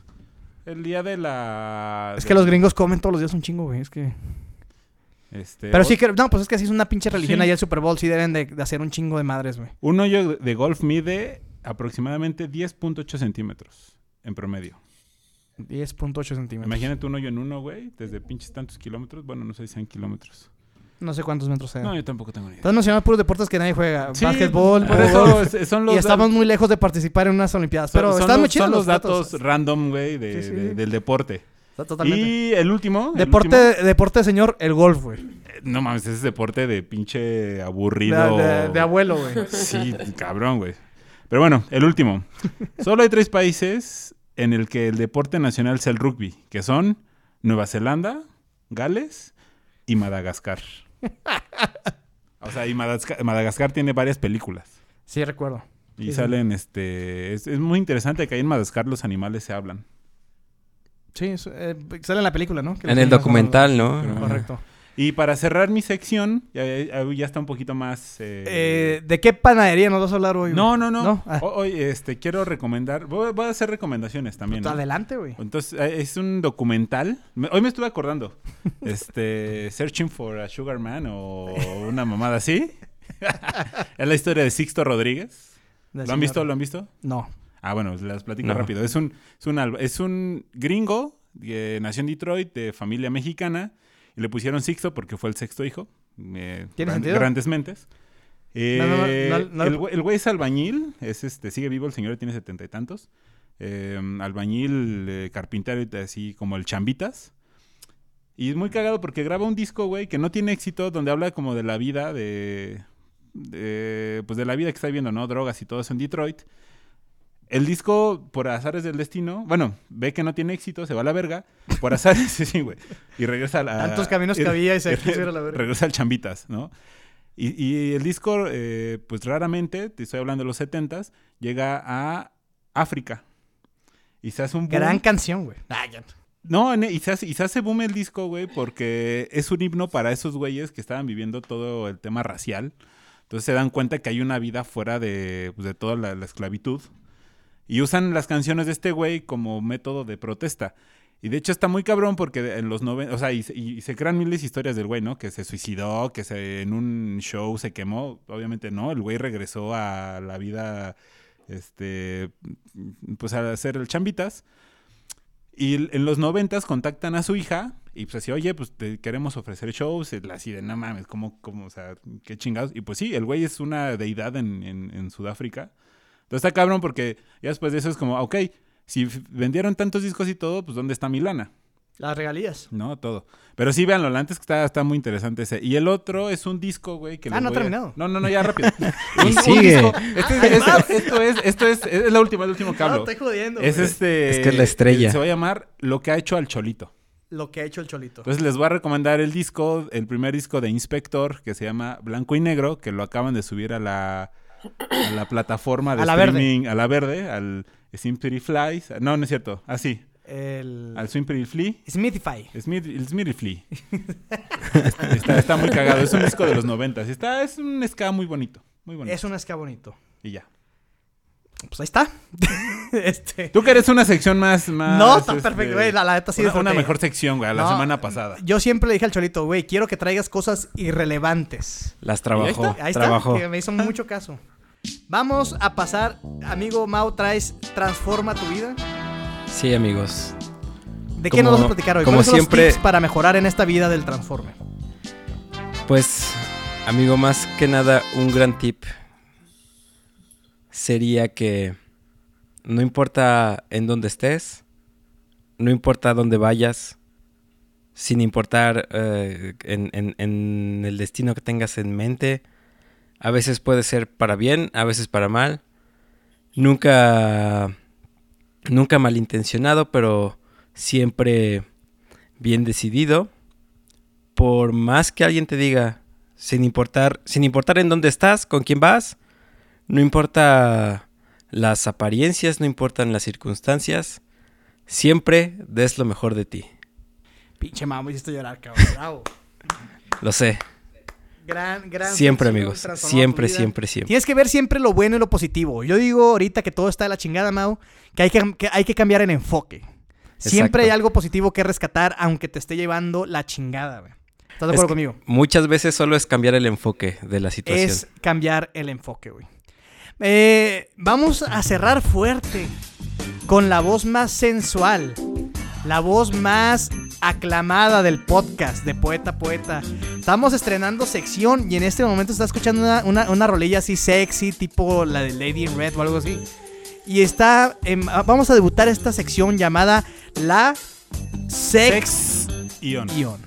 Speaker 3: El día de la...
Speaker 1: Es
Speaker 3: de-
Speaker 1: que los gringos comen todos los días un chingo, güey. Es que...
Speaker 3: este,
Speaker 1: Pero
Speaker 3: o-
Speaker 1: sí que... No, pues es que así es una pinche religión
Speaker 3: Sí.
Speaker 1: ahí el Super Bowl. Sí deben de, de hacer un chingo de madres, güey.
Speaker 3: Un hoyo de golf mide aproximadamente 10.8 centímetros en promedio.
Speaker 1: 10.8 centímetros.
Speaker 3: Imagínate un hoyo en uno, güey, desde pinches tantos kilómetros. Bueno, no sé si sean kilómetros.
Speaker 1: No sé cuántos metros sean.
Speaker 3: No, yo tampoco tengo ni idea.
Speaker 1: Estás mencionando puros deportes que nadie juega.
Speaker 3: Sí,
Speaker 1: Básquetbol,
Speaker 3: por
Speaker 1: fútbol.
Speaker 3: eso es- son los
Speaker 1: Y
Speaker 3: da-
Speaker 1: estamos muy lejos de participar en unas Olimpiadas.
Speaker 3: son-
Speaker 1: Pero
Speaker 3: son
Speaker 1: están muy
Speaker 3: los-
Speaker 1: chidos
Speaker 3: son los datos
Speaker 1: datos. ¿eh?
Speaker 3: random, güey, de-
Speaker 1: Sí, sí,
Speaker 3: de-
Speaker 1: sí.
Speaker 3: del deporte.
Speaker 1: Está Totalmente.
Speaker 3: Y el último. el
Speaker 1: Deporte, deporte, señor, el golf, güey.
Speaker 3: último- eh, no mames, ese es deporte de pinche
Speaker 1: De,
Speaker 3: aburrido.
Speaker 1: de- de abuelo, güey.
Speaker 3: Sí, cabrón, güey. Pero bueno, el último. Solo hay tres países en el que el deporte nacional es el rugby, que son Nueva Zelanda, Gales y Madagascar. O sea, y Madagascar, Madagascar tiene varias películas.
Speaker 1: Sí, recuerdo.
Speaker 3: Y
Speaker 1: Sí, sí.
Speaker 3: salen, este... Es, es muy interesante que ahí en Madagascar los animales se hablan.
Speaker 1: Sí, eso, eh, sale en la película, ¿no? Que los
Speaker 4: En
Speaker 1: niños
Speaker 4: el
Speaker 1: son los-
Speaker 4: documental, ¿no? Ah.
Speaker 3: Pero-
Speaker 1: Correcto.
Speaker 3: Y para cerrar mi sección, ya, ya está un poquito más... eh,
Speaker 1: Eh, ¿De qué panadería nos vas a hablar hoy? güey?
Speaker 3: no, no, no.
Speaker 1: No, ah.
Speaker 3: O- Hoy este, quiero recomendar... Voy, voy a hacer recomendaciones también.
Speaker 1: Pues
Speaker 3: ¿no?
Speaker 1: Adelante, güey.
Speaker 3: Entonces, eh, es un documental. Me- Hoy me estuve acordando. Este, Searching for a Sugar Man o una mamada así. es la historia de Sixto Rodríguez. ¿Lo han visto? ¿Lo han visto?
Speaker 1: No.
Speaker 3: Ah, bueno, las platico
Speaker 4: No.
Speaker 3: rápido. Es un, es un, alba- es un gringo que nació en Detroit, de familia mexicana, y le pusieron Sixto porque fue el sexto hijo. Eh,
Speaker 1: Tiene sentido.
Speaker 3: Grandes mentes. Eh,
Speaker 1: No, no, no, no, no.
Speaker 3: el, güey- el güey es albañil, es este, sigue vivo, el señor tiene setenta y tantos. Eh, albañil, eh, carpintero, y así como el chambitas. Y es muy cagado porque graba un disco, güey, que no tiene éxito, donde habla como de la vida de, de, pues de la vida que está viviendo, ¿no? Drogas y todo eso en Detroit. El disco, por azares del destino, bueno, ve que no tiene éxito, se va a la verga. Por azares, sí, sí, güey. Y regresa a la...
Speaker 1: Tantos caminos que
Speaker 3: y-
Speaker 1: había y se
Speaker 3: y
Speaker 1: quiso ir a la verga.
Speaker 3: Regresa al Chambitas, ¿no? Y, y el disco, eh, pues raramente, te estoy hablando de los 70s, llega a África. Y se hace un boom.
Speaker 1: Gran canción, güey.
Speaker 3: No, ne- y se, hace, y se hace boom el disco, güey, porque es un himno para esos güeyes que estaban viviendo todo el tema racial. Entonces se dan cuenta que hay una vida fuera de, pues, de toda la, la esclavitud. Y usan las canciones de este güey como método de protesta. Y de hecho está muy cabrón porque en los 90, o sea, y, se- y se crean miles de historias del güey, ¿no? Que se suicidó, que se, en un show se quemó. Obviamente no, el güey regresó a la vida, este, pues a hacer el chambitas. Y l- en los noventas contactan a su hija y pues así, oye, pues te queremos ofrecer shows, y la- así de, no mames, ¿cómo, cómo, o sea, qué chingados? Y pues sí, el güey es una deidad en, en- en Sudáfrica. Entonces está cabrón porque ya después de eso es como, ok, si f- vendieron tantos discos y todo, pues ¿dónde está mi lana?
Speaker 1: Las regalías.
Speaker 3: No, todo. Pero sí, véanlo, la antes que está, está muy interesante ese. Y el otro es un disco, güey, que
Speaker 1: Ah,
Speaker 3: les
Speaker 1: no ha
Speaker 3: voy a-
Speaker 1: terminado.
Speaker 3: No, no, no, ya rápido.
Speaker 4: Y sigue.
Speaker 3: disco- este es- es- esto es, esto es, es la última, es la última que
Speaker 1: No,
Speaker 3: hablo.
Speaker 1: estoy jodiendo.
Speaker 3: Es
Speaker 1: güey.
Speaker 3: este.
Speaker 4: Es que es la estrella.
Speaker 3: Se va a llamar Lo que ha hecho al Cholito.
Speaker 1: Lo que ha hecho el Cholito.
Speaker 3: Entonces les voy a recomendar el disco, el primer disco de Inspector, que se llama Blanco y Negro, que lo acaban de subir a la, a la plataforma de
Speaker 1: A la verde.
Speaker 3: streaming, a la verde, al Swim Pretty Flies. No, no es cierto. Así,
Speaker 1: el...
Speaker 3: al Swim Pretty Flea.
Speaker 1: Smithify.
Speaker 3: Smith, el Smitty Flea. está, está muy cagado. Es un disco de los noventas. Está, es un ska muy bonito. Muy bonito.
Speaker 1: Es un ska bonito.
Speaker 3: Y ya.
Speaker 1: Pues ahí está. este...
Speaker 3: Tú querés una sección más, más.
Speaker 1: no, está
Speaker 3: este,
Speaker 1: perfecto, güey. La, la neta sí
Speaker 3: una, una
Speaker 1: disfruté.
Speaker 3: mejor sección, güey, a la
Speaker 1: No,
Speaker 3: semana pasada.
Speaker 1: Yo siempre le dije al Cholito, güey, quiero que traigas cosas irrelevantes.
Speaker 4: Las trabajó.
Speaker 1: Ahí está,
Speaker 4: trabajó.
Speaker 1: que me hizo mucho caso. Vamos a pasar, amigo Mau, traes Transforma tu vida.
Speaker 4: Sí, amigos.
Speaker 1: ¿De qué nos
Speaker 4: Como-
Speaker 1: vas a platicar hoy?
Speaker 4: como
Speaker 1: ¿Cuáles son los
Speaker 4: siempre-
Speaker 1: tips para mejorar en esta vida del transforme?
Speaker 4: Pues, amigo, más que nada, un gran tip sería que no importa en dónde estés, no importa dónde vayas, sin importar eh, en, en- en el destino que tengas en mente, a veces puede ser para bien, a veces para mal, nunca, nunca malintencionado, pero siempre bien decidido por más que alguien te diga, sin importar, sin importar en dónde estás, con quién vas, no importa las apariencias, no importan las circunstancias, siempre des lo mejor de ti.
Speaker 1: Pinche Mau, me hiciste llorar, cabrón. Bravo.
Speaker 4: Lo sé,
Speaker 1: Gran, gran.
Speaker 4: siempre
Speaker 1: sección,
Speaker 4: amigos,
Speaker 1: Transforma tu
Speaker 4: siempre,
Speaker 1: vida.
Speaker 4: siempre, siempre.
Speaker 1: Tienes que ver siempre lo bueno y lo positivo. Yo digo ahorita que todo está de la chingada, Mau, que hay que, que hay que cambiar el enfoque. Siempre
Speaker 4: Exacto.
Speaker 1: hay algo positivo que rescatar, aunque te esté llevando la chingada, güey. ¿Estás de
Speaker 4: Es
Speaker 1: acuerdo
Speaker 4: que
Speaker 1: conmigo?
Speaker 4: Muchas veces solo es cambiar el enfoque de la situación.
Speaker 1: es cambiar el enfoque, güey. Eh, vamos a cerrar fuerte con la voz más sensual, la voz más aclamada del podcast de Poeta a Poeta. Estamos estrenando sección y en este momento está escuchando una, una, una rolilla así sexy, tipo la de Lady in Red o algo así. Y está, em, vamos a debutar esta sección llamada La Sex,
Speaker 3: Sex y on.
Speaker 1: Guión.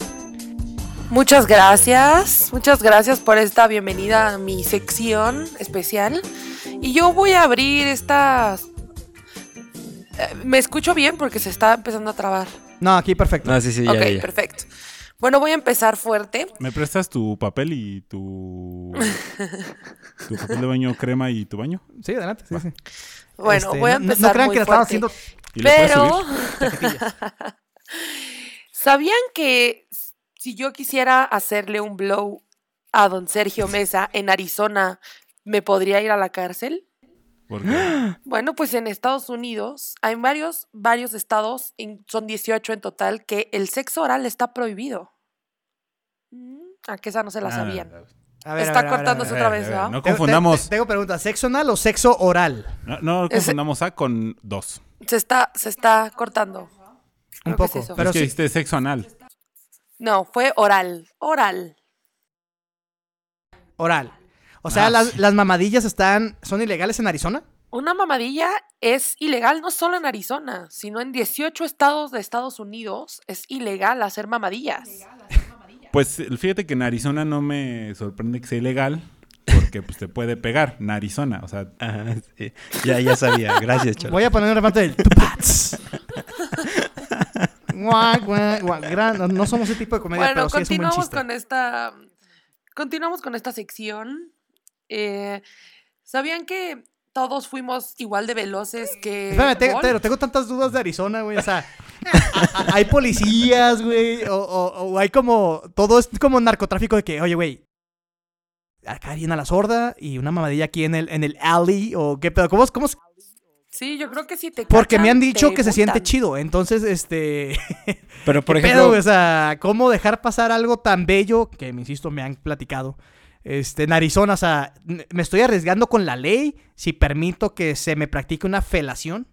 Speaker 2: Muchas gracias, muchas gracias por esta bienvenida a mi sección especial. Y yo voy a abrir estas... Eh, Me escucho bien porque se está empezando a trabar.
Speaker 1: No, aquí perfecto.
Speaker 4: No, Ah, sí, sí, ya,
Speaker 2: ok,
Speaker 4: ya, ya.
Speaker 2: perfecto. Bueno, voy a empezar fuerte.
Speaker 3: ¿Me prestas tu papel y tu. tu papel de baño crema y tu baño?
Speaker 1: Sí, adelante. sí, sí.
Speaker 2: Bueno,
Speaker 1: Este,
Speaker 2: voy a
Speaker 1: no- no,
Speaker 2: empezar
Speaker 1: crean
Speaker 2: muy
Speaker 1: que la estamos
Speaker 2: fuerte.
Speaker 1: haciendo
Speaker 3: ¿Y lo puedes
Speaker 2: Pero,
Speaker 3: subir?
Speaker 2: ¿sabían que si yo quisiera hacerle un blow a don Sergio Mesa en Arizona, ¿me podría ir a la cárcel?
Speaker 3: ¿Por qué?
Speaker 2: Bueno, pues en Estados Unidos hay varios, varios estados, en- son 18 en total, que el sexo oral está prohibido. Mm, A que esa no se
Speaker 3: Ah.
Speaker 2: la sabían.
Speaker 1: A ver, a ver, a
Speaker 2: Está
Speaker 1: ver, a ver,
Speaker 2: cortándose.
Speaker 1: a ver.
Speaker 2: otra vez, ¿verdad?
Speaker 3: No
Speaker 1: Te- te-
Speaker 3: confundamos,
Speaker 1: te- Tengo preguntas, ¿sexo anal o sexo oral?
Speaker 3: no, no
Speaker 2: Ese-
Speaker 3: confundamos A con dos.
Speaker 2: Se está, se está cortando.
Speaker 1: Un
Speaker 2: Creo que es
Speaker 1: poco.
Speaker 2: eso.
Speaker 1: Pero
Speaker 3: es que
Speaker 1: sí.
Speaker 3: dijiste sexo anal.
Speaker 2: No, fue oral. Oral.
Speaker 1: Oral. O sea,
Speaker 3: Ah,
Speaker 1: las,
Speaker 3: sí.
Speaker 1: las mamadillas están, son ilegales en Arizona.
Speaker 2: Una mamadilla es ilegal no solo en Arizona, sino en 18 estados de Estados Unidos es ilegal hacer mamadillas.
Speaker 3: Pues fíjate que en Arizona no me sorprende que sea ilegal, porque pues te puede pegar, en Arizona. O sea,
Speaker 4: Ajá, sí. Ya, ya sabía. Gracias, Cholo.
Speaker 1: Voy a poner un remate del Tupats. Guau, guau, guau. Gran- no, no somos ese tipo de comedia,
Speaker 2: bueno,
Speaker 1: pero sí es un buen
Speaker 2: continuamos
Speaker 1: chiste.
Speaker 2: con esta. Continuamos con esta sección. Eh, ¿Sabían que todos fuimos igual de veloces que.
Speaker 1: Espérame, te-
Speaker 2: Bolt?
Speaker 1: pero tengo tantas dudas de Arizona, güey. O sea, a- a- hay policías, güey. O, o- o hay como. Todo es como narcotráfico de que, oye, güey. Acá viene a la sorda y una mamadilla aquí en el, en el alley. O qué pedo. ¿Cómo, es- cómo es?
Speaker 2: Sí, yo creo que si te.
Speaker 1: Porque me
Speaker 2: cachan,
Speaker 1: han dicho
Speaker 2: te
Speaker 1: que se siente
Speaker 2: multan.
Speaker 1: chido. Entonces, este.
Speaker 4: Pero, por
Speaker 1: ¿Qué
Speaker 4: ejemplo,
Speaker 1: pedo, güey? o sea, ¿cómo dejar pasar algo tan bello que, me insisto, me han platicado? Este, en Arizona, o sea, n- ¿me estoy arriesgando con la ley si permito que se me practique una felación?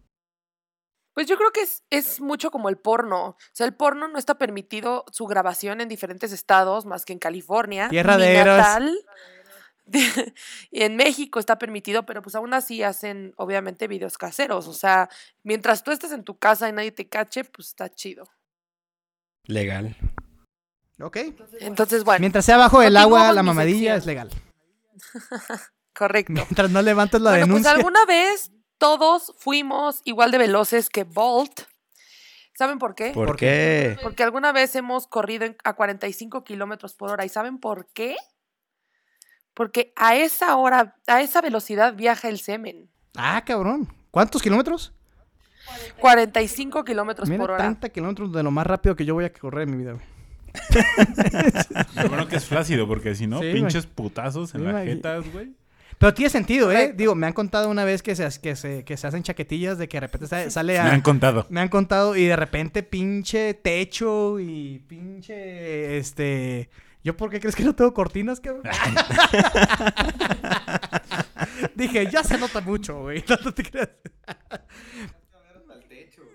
Speaker 2: Pues yo creo que es, es mucho como el porno. O sea, el porno no está permitido su grabación en diferentes estados más que en California.
Speaker 1: Tierra
Speaker 2: mi
Speaker 1: de héroes.
Speaker 2: natal. y en México está permitido, pero pues aún así hacen obviamente videos caseros. O sea, mientras tú estés en tu casa y nadie te cache, pues está chido.
Speaker 4: legal.
Speaker 1: Ok.
Speaker 2: Entonces, bueno,
Speaker 1: Mientras sea bajo el
Speaker 2: Continuamos
Speaker 1: agua, la
Speaker 2: mi
Speaker 1: mamadilla
Speaker 2: sección.
Speaker 1: es legal.
Speaker 2: correcto.
Speaker 1: Mientras no levantes la
Speaker 2: bueno,
Speaker 1: denuncia.
Speaker 2: pues alguna vez todos fuimos igual de veloces que Bolt. ¿Saben por qué?
Speaker 4: ¿Por,
Speaker 1: ¿Por
Speaker 4: qué?
Speaker 2: Porque alguna vez hemos corrido en- a 45 kilómetros por hora. ¿Y saben por qué? Porque a esa hora, a esa velocidad viaja el semen.
Speaker 1: Ah, cabrón. ¿Cuántos kilómetros?
Speaker 2: 45 kilómetros
Speaker 1: Mira,
Speaker 2: Pues, por hora.
Speaker 1: 30 kilómetros de lo más rápido que yo voy a correr en mi vida, güey.
Speaker 3: lo bueno que es flácido, porque si no,
Speaker 1: Sí,
Speaker 3: pinches putazos en
Speaker 1: Sí,
Speaker 3: las
Speaker 1: güey.
Speaker 3: jetas, güey.
Speaker 1: Pero tiene sentido, ¿eh?
Speaker 2: Correcto.
Speaker 1: Digo, me han contado una vez que se, que se, que se hacen chaquetillas de que de repente sale, sale a...
Speaker 3: Me han contado.
Speaker 1: Me han contado y de repente pinche techo y pinche este... ¿Yo por qué crees que no tengo cortinas, cabrón? Dije, ya se nota mucho, güey. No, no te creas.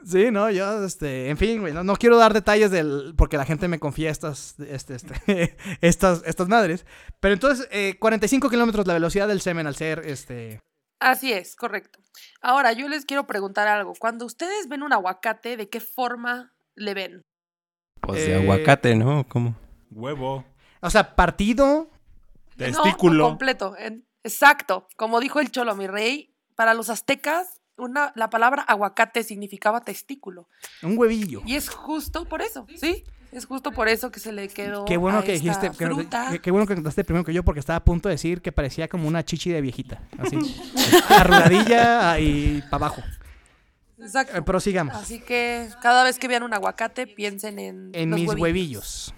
Speaker 1: Sí, no, yo, este, en fin, güey, no, no quiero dar detalles del, porque la gente me confía estas, este, este, estas, estas madres. Pero entonces, eh, 45 kilómetros la velocidad del semen al ser, este,
Speaker 2: Así es, correcto. Ahora, yo les quiero preguntar algo. Cuando ustedes ven un aguacate, ¿de qué forma le ven?
Speaker 4: Pues de
Speaker 1: Eh,
Speaker 4: aguacate, ¿no? ¿Cómo?
Speaker 3: Huevo,
Speaker 1: o sea, partido,
Speaker 2: No,
Speaker 3: testículo.
Speaker 2: No, completo. en- exacto. Como dijo el Cholo, mi rey, para los aztecas, una, la palabra aguacate significaba testículo.
Speaker 1: un huevillo.
Speaker 2: Y es justo por eso, ¿sí? Es justo por eso que se le quedó.
Speaker 1: Qué bueno
Speaker 2: a
Speaker 1: que
Speaker 2: esta
Speaker 1: dijiste, que,
Speaker 2: fruta.
Speaker 1: que- qué bueno que contaste primero que yo porque estaba a punto de decir que parecía como una chichi de viejita, así, arrugadilla ah, y para abajo.
Speaker 2: Exacto.
Speaker 1: Eh, Prosigamos.
Speaker 2: Así que cada vez que vean un aguacate, piensen en.
Speaker 1: En
Speaker 2: los
Speaker 1: mis huevillos.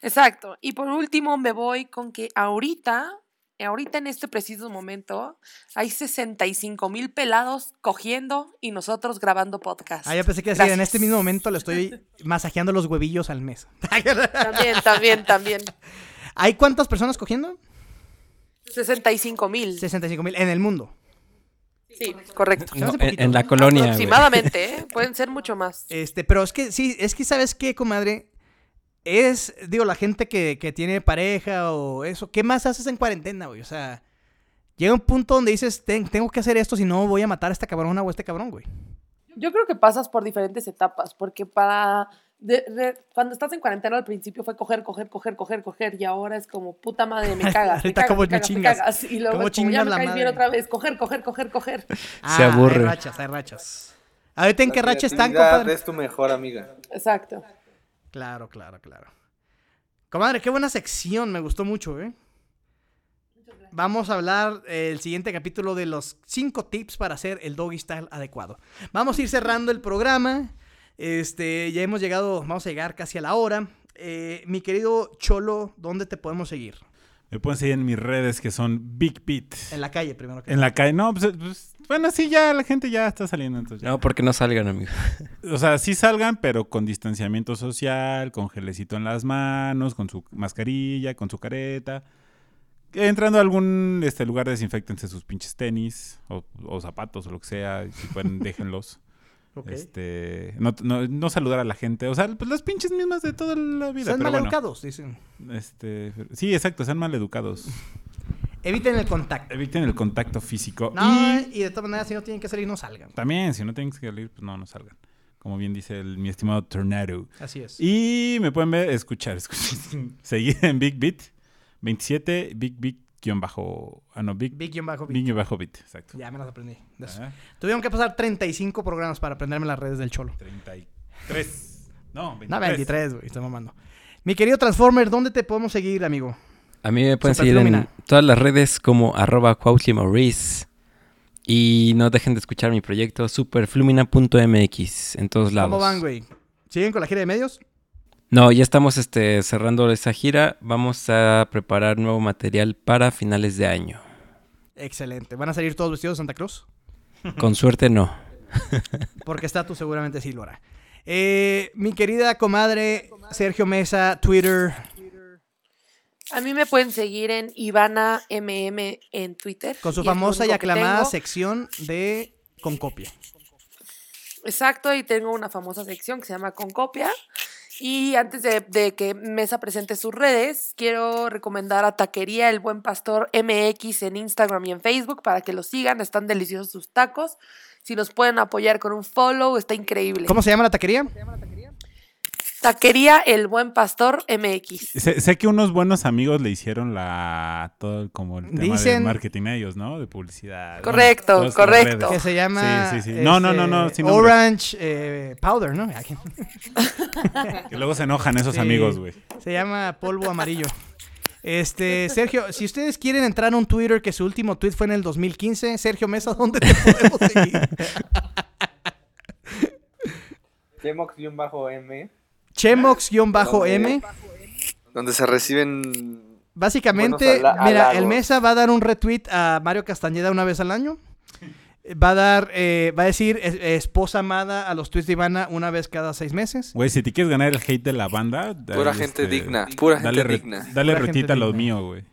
Speaker 2: Exacto. Y por último, me voy con que ahorita, ahorita en este preciso momento, hay 65 mil pelados cogiendo y nosotros grabando podcast.
Speaker 1: Ah, yo pensé que decía,
Speaker 2: Gracias.
Speaker 1: en este mismo momento le estoy masajeando los huevillos al mes.
Speaker 2: También, también, también.
Speaker 1: ¿Hay cuántas personas cogiendo?
Speaker 2: 65 mil.
Speaker 1: 65 mil en el mundo.
Speaker 2: Sí, correcto.
Speaker 1: hace
Speaker 4: No, en,
Speaker 1: poquito.
Speaker 4: en la colonia. güey.
Speaker 2: Aproximadamente, ¿eh? Pueden ser mucho más.
Speaker 1: Este, pero es que sí, es que sabes qué, comadre, es, digo, la gente que, que tiene pareja o eso, ¿qué más haces en cuarentena, güey? O sea, llega un punto donde dices, "Ten- tengo que hacer esto, si no voy a matar a esta cabrona o a este cabrón, güey.
Speaker 2: Yo creo que pasas por diferentes etapas, porque para... de- de- cuando estás en cuarentena al principio fue coger, coger, coger, coger, coger, y ahora es como, puta madre, me cagas, me
Speaker 1: Ahorita
Speaker 2: cagas,
Speaker 1: cómo
Speaker 2: me
Speaker 1: me
Speaker 2: cagas, me
Speaker 1: chingas.
Speaker 2: cagas, y luego
Speaker 1: ¿Cómo
Speaker 2: es como, ya
Speaker 1: chingas
Speaker 2: me
Speaker 1: la
Speaker 2: caes bien
Speaker 1: madre?
Speaker 2: otra vez, coger, coger, coger, coger.
Speaker 1: Ah,
Speaker 4: aburre.
Speaker 1: Hay rachas, hay rachas. A ver, ¿en qué
Speaker 5: La
Speaker 1: racha están,
Speaker 5: creatividad
Speaker 1: compadre?
Speaker 5: es tu mejor amiga.
Speaker 2: Exacto.
Speaker 1: Claro, claro, claro. Comadre, qué buena sección, me gustó mucho, ¿eh? Vamos a hablar eh, el siguiente capítulo de los 5 tips para hacer el doggy style adecuado. Vamos a ir cerrando el programa. Este, ya hemos llegado, vamos a llegar casi a la hora. Eh, mi querido Cholo, ¿dónde te podemos seguir?
Speaker 3: Me pueden seguir en mis redes que son Big Pete.
Speaker 1: En la calle, primero que
Speaker 3: En la calle. No, pues, pues, bueno, sí, ya la gente ya está saliendo. Entonces ya.
Speaker 4: No, porque no salgan, amigos.
Speaker 3: O sea, sí salgan, pero con distanciamiento social, con gelecito en las manos, con su mascarilla, con su careta. Entrando a algún este, lugar, desinfectense sus pinches tenis o, o zapatos o lo que sea. Si pueden, déjenlos. Okay. Este, no, no, no, saludar a la gente. O sea, pues las pinches mismas de toda la vida.
Speaker 1: Sean
Speaker 3: pero
Speaker 1: mal educados, bueno. dicen.
Speaker 3: Este, sí, exacto, sean mal educados.
Speaker 1: Eviten el contacto.
Speaker 3: Eviten el contacto físico.
Speaker 1: No, eh. y, y de todas maneras, si no tienen que salir, no salgan.
Speaker 3: También, si no tienen que salir, pues no, no salgan. Como bien dice el, mi estimado Tornado.
Speaker 1: Así es.
Speaker 3: Y me pueden ver, escuchar, escuchar. seguir en Big Beat 27, Big Beat guión bajo. Ah, no, Big.
Speaker 1: Big guión bajo
Speaker 3: bit. Big guión bajo bit, exacto.
Speaker 1: Ya me las aprendí. De
Speaker 3: Ah,
Speaker 1: eso. Tuvieron que pasar 35 programas para aprenderme las redes del Cholo.
Speaker 3: 33. No, 23.
Speaker 1: No, 23, güey, estoy mamando. Mi querido Transformer, ¿dónde te podemos seguir, amigo?
Speaker 4: A mí me pueden seguir en todas las redes como arroba Maurice. Y no dejen de escuchar mi proyecto superflumina.mx en todos lados.
Speaker 1: ¿Cómo van, güey? ¿Siguen con la gira de medios?
Speaker 4: No, ya estamos este, cerrando esa gira. Vamos a preparar nuevo material para finales de año.
Speaker 1: Excelente. ¿Van a salir todos vestidos de Santa Cruz?
Speaker 4: Con suerte no.
Speaker 1: Porque Status seguramente sí lo hará. Eh, mi querida comadre Sergio Mesa, Twitter.
Speaker 2: A mí me pueden seguir en Ivana MM en Twitter.
Speaker 1: Con su y famosa y aclamada sección de Con Copia.
Speaker 2: Exacto, y tengo una famosa sección que se llama Con Copia. Y antes de, de, que Mesa presente sus redes, quiero recomendar a Taquería El Buen Pastor MX en Instagram y en Facebook para que los sigan. Están deliciosos sus tacos. Si nos pueden apoyar con un follow, está increíble.
Speaker 1: ¿Cómo se llama la taquería?
Speaker 2: Taquería El Buen Pastor MX.
Speaker 3: Sé, sé que unos buenos amigos le hicieron la todo como el tema Dicen... de marketing a ellos, ¿no? De publicidad.
Speaker 2: Correcto,
Speaker 3: ¿no?
Speaker 2: correcto.
Speaker 1: Que se llama
Speaker 3: Oh. sí, sí, sí. Este, No, no, no, no
Speaker 1: Orange eh, Powder, ¿no?
Speaker 3: que luego se enojan esos amigos, güey.
Speaker 1: Se llama polvo amarillo. Este, Sergio, si ustedes quieren entrar a un Twitter que su último tweet fue en el 2015, Sergio Mesa, ¿dónde te podemos seguir?
Speaker 5: Temox-M.
Speaker 1: Chemox-M.
Speaker 5: Donde se reciben.
Speaker 1: Básicamente, ala mira, halagos. el Mesa va a dar un retweet a Mario Castañeda una vez al año. Va a dar, eh, va a decir es- esposa amada a los tweets de Ivana una vez cada seis meses.
Speaker 3: Güey, si te quieres ganar el hate de la banda, dale,
Speaker 5: Pura gente
Speaker 3: este,
Speaker 5: digna, pura
Speaker 3: dale,
Speaker 5: gente
Speaker 3: re-
Speaker 5: digna.
Speaker 3: dale
Speaker 1: Pura gente
Speaker 3: retita a lo
Speaker 1: digna.
Speaker 3: mío, güey.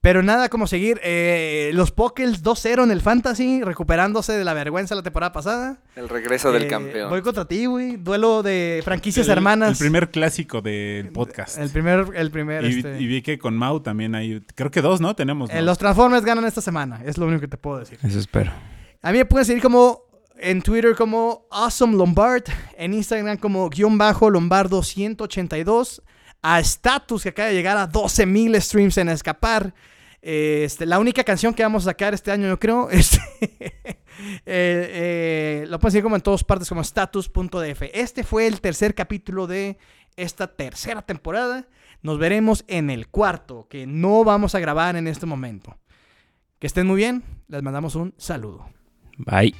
Speaker 1: Pero nada como seguir eh, los Pokels 2-0 en el Fantasy, recuperándose de la vergüenza de la temporada pasada.
Speaker 5: El regreso del
Speaker 1: Eh,
Speaker 5: campeón.
Speaker 1: Voy contra ti, güey. Duelo de franquicias
Speaker 3: El-
Speaker 1: hermanas.
Speaker 3: El primer clásico del podcast.
Speaker 1: El primer, el primer,
Speaker 3: y,
Speaker 1: este,
Speaker 3: y vi que con Mau también hay, creo que dos, ¿no? Tenemos. ¿no?
Speaker 1: eh, los Transformers ganan esta semana. Es lo único que te puedo decir.
Speaker 4: Eso espero.
Speaker 1: A mí me pueden seguir como en Twitter como Awesome Lombard, en Instagram como guión bajo Lombardo 182, a Status que acaba de llegar a 12.000 streams en escapar. Eh, este, la única canción que vamos a sacar este año, yo creo, este, eh, eh, lo pueden seguir como en todas partes como status.df. Este fue el tercer capítulo de esta tercera temporada. Nos veremos en el cuarto, que no vamos a grabar en este momento. Que estén muy bien, les mandamos un saludo.
Speaker 4: Bye.